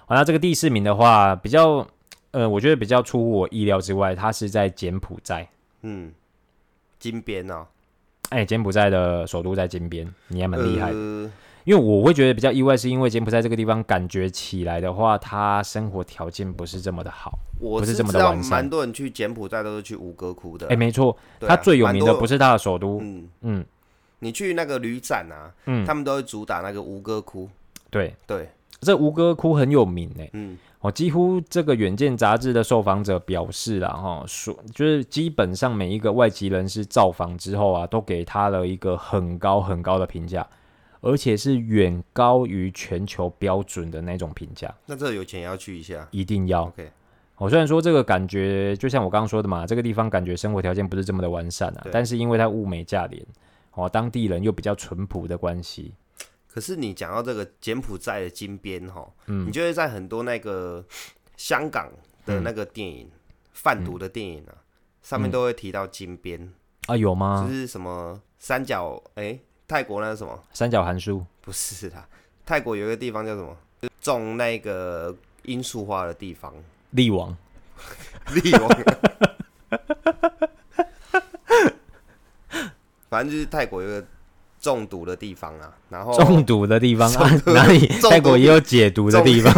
[SPEAKER 2] 好，那这个第四名的话，比较呃，我觉得比较出乎我意料之外，它是在柬埔寨。
[SPEAKER 1] 嗯，金边哦，
[SPEAKER 2] 哎，柬埔寨的首都在金边，你还蛮厉害的。
[SPEAKER 1] 呃
[SPEAKER 2] 因为我会觉得比较意外，是因为柬埔寨这个地方感觉起来的话，它生活条件不是这么的好。
[SPEAKER 1] 我
[SPEAKER 2] 不是
[SPEAKER 1] 是
[SPEAKER 2] 这么
[SPEAKER 1] 知
[SPEAKER 2] 的
[SPEAKER 1] 道
[SPEAKER 2] 完善
[SPEAKER 1] 蛮多人去柬埔寨都是去吴哥窟的
[SPEAKER 2] 哎、
[SPEAKER 1] 啊。
[SPEAKER 2] 没错，
[SPEAKER 1] 对
[SPEAKER 2] 它
[SPEAKER 1] 啊
[SPEAKER 2] 最有名的
[SPEAKER 1] 蛮多
[SPEAKER 2] 不是它的首都，
[SPEAKER 1] 嗯，
[SPEAKER 2] 嗯，
[SPEAKER 1] 你去那个旅展啊，
[SPEAKER 2] 嗯
[SPEAKER 1] 他们都会主打那个吴哥窟。
[SPEAKER 2] 对，
[SPEAKER 1] 对，
[SPEAKER 2] 这吴哥窟很有名哎、
[SPEAKER 1] 嗯，
[SPEAKER 2] 哦，几乎这个《远见》杂志的受访者表示啦，哈、说就是基本上每一个外籍人士造访之后啊，都给他了一个很高很高的评价，而且是远高于全球标准的那种评价，
[SPEAKER 1] 那这有钱也要去一下。
[SPEAKER 2] 一定要。
[SPEAKER 1] OK，
[SPEAKER 2] 我、哦虽然说这个感觉，就像我刚刚说的嘛，这个地方感觉生活条件不是这么的完善啊
[SPEAKER 1] 对，
[SPEAKER 2] 但是因为它物美价廉，哦，当地人又比较淳朴的关系，
[SPEAKER 1] 可是你讲到这个柬埔寨的金边哈，你就会在很多那个香港的那个电影、贩毒的电影啊，上面都会提到金边，
[SPEAKER 2] 啊，有吗
[SPEAKER 1] 就？是什么三角哎、泰国那是什么？
[SPEAKER 2] 三角函数，
[SPEAKER 1] 不是啦，泰国有一个地方叫什么？就是种那个罂粟花的地方，
[SPEAKER 2] 力王，
[SPEAKER 1] 利用。反正就是泰国有一个中毒的地方啊，然后
[SPEAKER 2] 中毒的地方啊，
[SPEAKER 1] 中毒
[SPEAKER 2] 哪里？
[SPEAKER 1] 中毒
[SPEAKER 2] 泰国也有解毒的地方，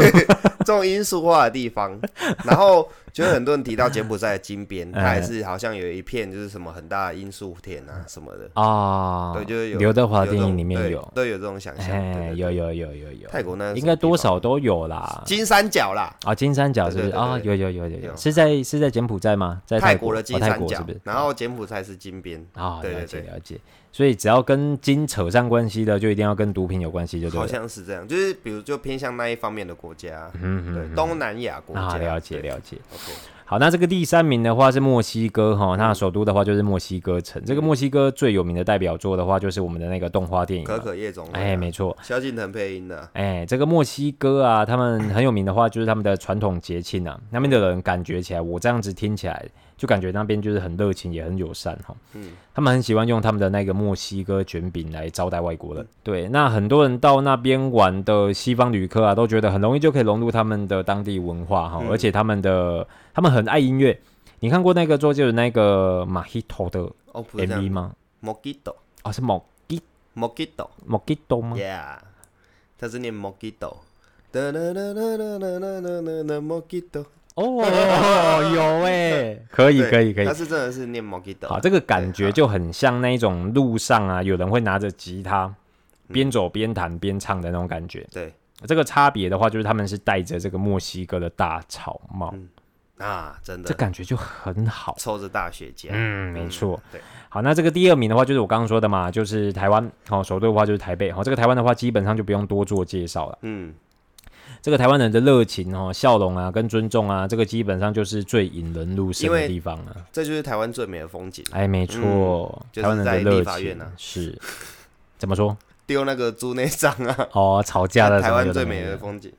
[SPEAKER 1] 种因素化的地方。然后就是很多人提到柬埔寨的金边，它
[SPEAKER 2] 哎
[SPEAKER 1] 也是好像有一片就是什么很大的因素田啊什么的。
[SPEAKER 2] 啊，
[SPEAKER 1] 对，就是有
[SPEAKER 2] 刘德华的
[SPEAKER 1] 有这
[SPEAKER 2] 电
[SPEAKER 1] 种
[SPEAKER 2] 影里面
[SPEAKER 1] 对
[SPEAKER 2] 有，
[SPEAKER 1] 都有这种想象。
[SPEAKER 2] 哎，
[SPEAKER 1] 对对
[SPEAKER 2] 有有有有有，
[SPEAKER 1] 泰国那是
[SPEAKER 2] 应
[SPEAKER 1] 什么
[SPEAKER 2] 该
[SPEAKER 1] 地方
[SPEAKER 2] 多少都有啦。
[SPEAKER 1] 金三角啦，
[SPEAKER 2] 啊，金三角是不是
[SPEAKER 1] 对对对
[SPEAKER 2] 啊？有
[SPEAKER 1] 对
[SPEAKER 2] 有有有有，
[SPEAKER 1] 有
[SPEAKER 2] 是在是在柬埔寨吗？在
[SPEAKER 1] 泰
[SPEAKER 2] 国
[SPEAKER 1] 国的
[SPEAKER 2] 哦
[SPEAKER 1] 金
[SPEAKER 2] 泰
[SPEAKER 1] 三
[SPEAKER 2] 国
[SPEAKER 1] 角，
[SPEAKER 2] 是不是？
[SPEAKER 1] 然后柬埔寨是金边，
[SPEAKER 2] 啊，
[SPEAKER 1] 对
[SPEAKER 2] 了
[SPEAKER 1] 对
[SPEAKER 2] 解
[SPEAKER 1] 对
[SPEAKER 2] 了解。所以只要跟金扯上关系的，就一定要跟毒品有关系，就对
[SPEAKER 1] 好
[SPEAKER 2] 了。
[SPEAKER 1] 像是这样，就是比如就偏向那一方面的国家，
[SPEAKER 2] 嗯
[SPEAKER 1] 对，东南亚国
[SPEAKER 2] 啊，
[SPEAKER 1] 家，
[SPEAKER 2] 了解
[SPEAKER 1] 对
[SPEAKER 2] 了解。
[SPEAKER 1] ，OK，
[SPEAKER 2] 好，那这个第三名的话是墨西哥哈，
[SPEAKER 1] 嗯
[SPEAKER 2] 那首都的话就是墨西哥城。这个墨西哥最有名的代表作的话，就是我们的那个动画电影
[SPEAKER 1] 可
[SPEAKER 2] 嘛。
[SPEAKER 1] 可夜总会啊，
[SPEAKER 2] 哎，没错，
[SPEAKER 1] 萧敬腾配音的，
[SPEAKER 2] 哎，这个墨西哥啊，他们很有名的话，就是他们的传统节庆啊，那边的人感觉起来，我这样子听起来，就感觉那边就是很热情，也很友善哈。
[SPEAKER 1] 嗯
[SPEAKER 2] 他们很喜欢用他们的那个墨西哥卷饼来招待外国人。对，那很多人到那边玩的西方旅客啊，都觉得很容易就可以融入他们的当地文化哈，
[SPEAKER 1] 嗯
[SPEAKER 2] 而且他们的他们很爱音乐。你看过那个周杰伦那个马希托的
[SPEAKER 1] 哦，不是这
[SPEAKER 2] MV
[SPEAKER 1] 样
[SPEAKER 2] 吗？
[SPEAKER 1] ，Mojito，Mojito，Yeah，
[SPEAKER 2] 啊、是莫莫吉多吗？
[SPEAKER 1] 他是念 Mojito。哒哒哒哒哒哒哒哒哒 Mojito，
[SPEAKER 2] 哦，有哎、可以
[SPEAKER 1] 对
[SPEAKER 2] 可以可以
[SPEAKER 1] 他，是真的是念 Mojito，
[SPEAKER 2] 好，这个感
[SPEAKER 1] 对
[SPEAKER 2] 觉
[SPEAKER 1] 好
[SPEAKER 2] 就很像那一种路上啊，有人会拿着吉他
[SPEAKER 1] 嗯
[SPEAKER 2] 边走边弹边唱的那种感觉。
[SPEAKER 1] 对
[SPEAKER 2] 这个差别的话，就是他们是戴着这个墨西哥的大草帽，
[SPEAKER 1] 嗯啊，真
[SPEAKER 2] 这
[SPEAKER 1] 的
[SPEAKER 2] 感觉就很好。
[SPEAKER 1] 抽着大雪茄，
[SPEAKER 2] 嗯，没错。
[SPEAKER 1] 对，
[SPEAKER 2] 好，那这个第二名的话，就是我刚刚说的嘛，就是台湾。好、首都的话就是台北。好、这个台湾的话，基本上就不用多做介绍了。
[SPEAKER 1] 嗯，
[SPEAKER 2] 这个台湾人的热情哦、笑容啊，跟尊重啊，这个基本上就是最引人入胜
[SPEAKER 1] 因
[SPEAKER 2] 的
[SPEAKER 1] 为
[SPEAKER 2] 地方了、
[SPEAKER 1] 这就是台湾最美的风景，
[SPEAKER 2] 哎，没错，
[SPEAKER 1] 嗯就是
[SPEAKER 2] 台湾人的
[SPEAKER 1] 在
[SPEAKER 2] 热
[SPEAKER 1] 立法院
[SPEAKER 2] 情、
[SPEAKER 1] 啊
[SPEAKER 2] 是怎么说？
[SPEAKER 1] 丢那个猪内脏啊，
[SPEAKER 2] 哦，吵架的
[SPEAKER 1] 台
[SPEAKER 2] 什么有
[SPEAKER 1] 湾
[SPEAKER 2] 的
[SPEAKER 1] 最
[SPEAKER 2] 没
[SPEAKER 1] 美的
[SPEAKER 2] 的。
[SPEAKER 1] 风景。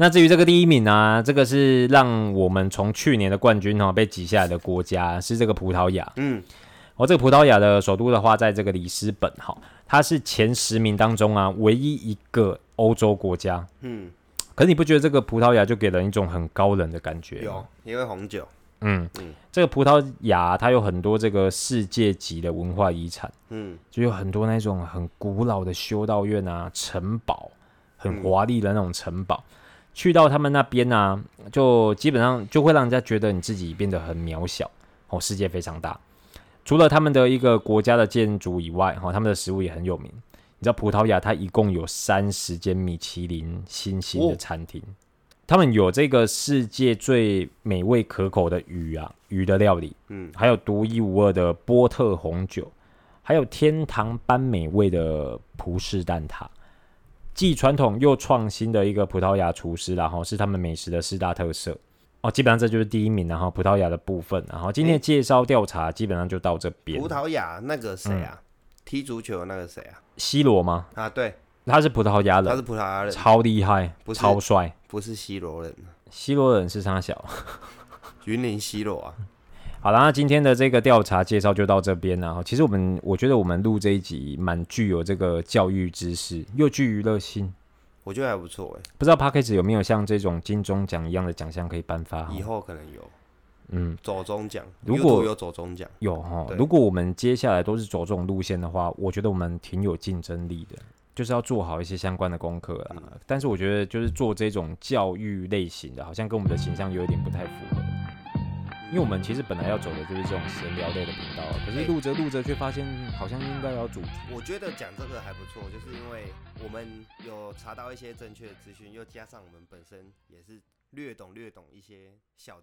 [SPEAKER 2] 那至于这个第一名啊，这个是让我们从去年的冠军哦被挤下来的国家是这个葡萄牙。
[SPEAKER 1] 嗯，
[SPEAKER 2] 哦，这个葡萄牙的首都的话，在这个里斯本哈、它是前十名当中啊唯一一个欧洲国家。
[SPEAKER 1] 嗯，
[SPEAKER 2] 可是你不觉得这个葡萄牙就给人一种很高冷的感觉？
[SPEAKER 1] 有，因为红酒，
[SPEAKER 2] 嗯，
[SPEAKER 1] 嗯
[SPEAKER 2] 这个葡萄牙它有很多这个世界级的文化遗产。
[SPEAKER 1] 嗯，
[SPEAKER 2] 就有很多那种很古老的修道院啊、城堡，很华丽的那种城堡。去到他们那边啊，就基本上就会让人家觉得你自己变得很渺小哦，世界非常大。除了他们的一个国家的建筑以外，哈、哦，他们的食物也很有名。你知道葡萄牙它一共有三十间米其林星星的
[SPEAKER 1] 哦
[SPEAKER 2] 餐厅，他们有这个世界最美味可口的鱼啊，鱼的料理，
[SPEAKER 1] 嗯，
[SPEAKER 2] 还有独一无二的波特红酒，还有天堂般美味的葡式蛋挞。既传统又创新的一个葡萄牙厨师啦，然后是他们美食的四大特色哦。基本上这就是第一名，然后葡萄牙的部分，然后今天的介绍调查基本上就到这边
[SPEAKER 1] 葡。萄牙那个谁啊，
[SPEAKER 2] 嗯
[SPEAKER 1] 踢足球的那个谁啊，
[SPEAKER 2] C 罗吗？
[SPEAKER 1] 啊，对，
[SPEAKER 2] 他是葡萄牙
[SPEAKER 1] 他
[SPEAKER 2] 人，
[SPEAKER 1] 是葡萄牙人，
[SPEAKER 2] 超厉害，
[SPEAKER 1] 不是
[SPEAKER 2] 超帅。
[SPEAKER 1] 不是 C 罗人，
[SPEAKER 2] C 罗人是他小。
[SPEAKER 1] 云林 C 罗啊，
[SPEAKER 2] 好啦，那今天的这个调查介绍就到这边了。其实我们我觉得我们录这一集蛮具有这个教育知识，又具娱乐性。
[SPEAKER 1] 我觉得还不错哎，
[SPEAKER 2] 不知道 p a c k a g e 有没有像这种金钟奖一样的奖项可以颁发哦？
[SPEAKER 1] 以后可能有
[SPEAKER 2] 嗯，
[SPEAKER 1] 走中奖，
[SPEAKER 2] 如果
[SPEAKER 1] YouTube 有走中奖，
[SPEAKER 2] 有哈。
[SPEAKER 1] 对
[SPEAKER 2] 如果我们接下来都是走这种路线的话，我觉得我们挺有竞争力的，就是要做好一些相关的功课
[SPEAKER 1] 嗯
[SPEAKER 2] 啦。但是我觉得就是做这种教育类型的，好像跟我们的形象有一点不太符合。因为我们其实本来要走的就是这种闲聊类的频道啊，可是
[SPEAKER 1] 哎
[SPEAKER 2] 录着录着却发现好像应该要主题。
[SPEAKER 1] 嗯我觉得讲这个还不错，就是因为我们有查到一些正确的资讯，又加上我们本身也是略懂略懂一些小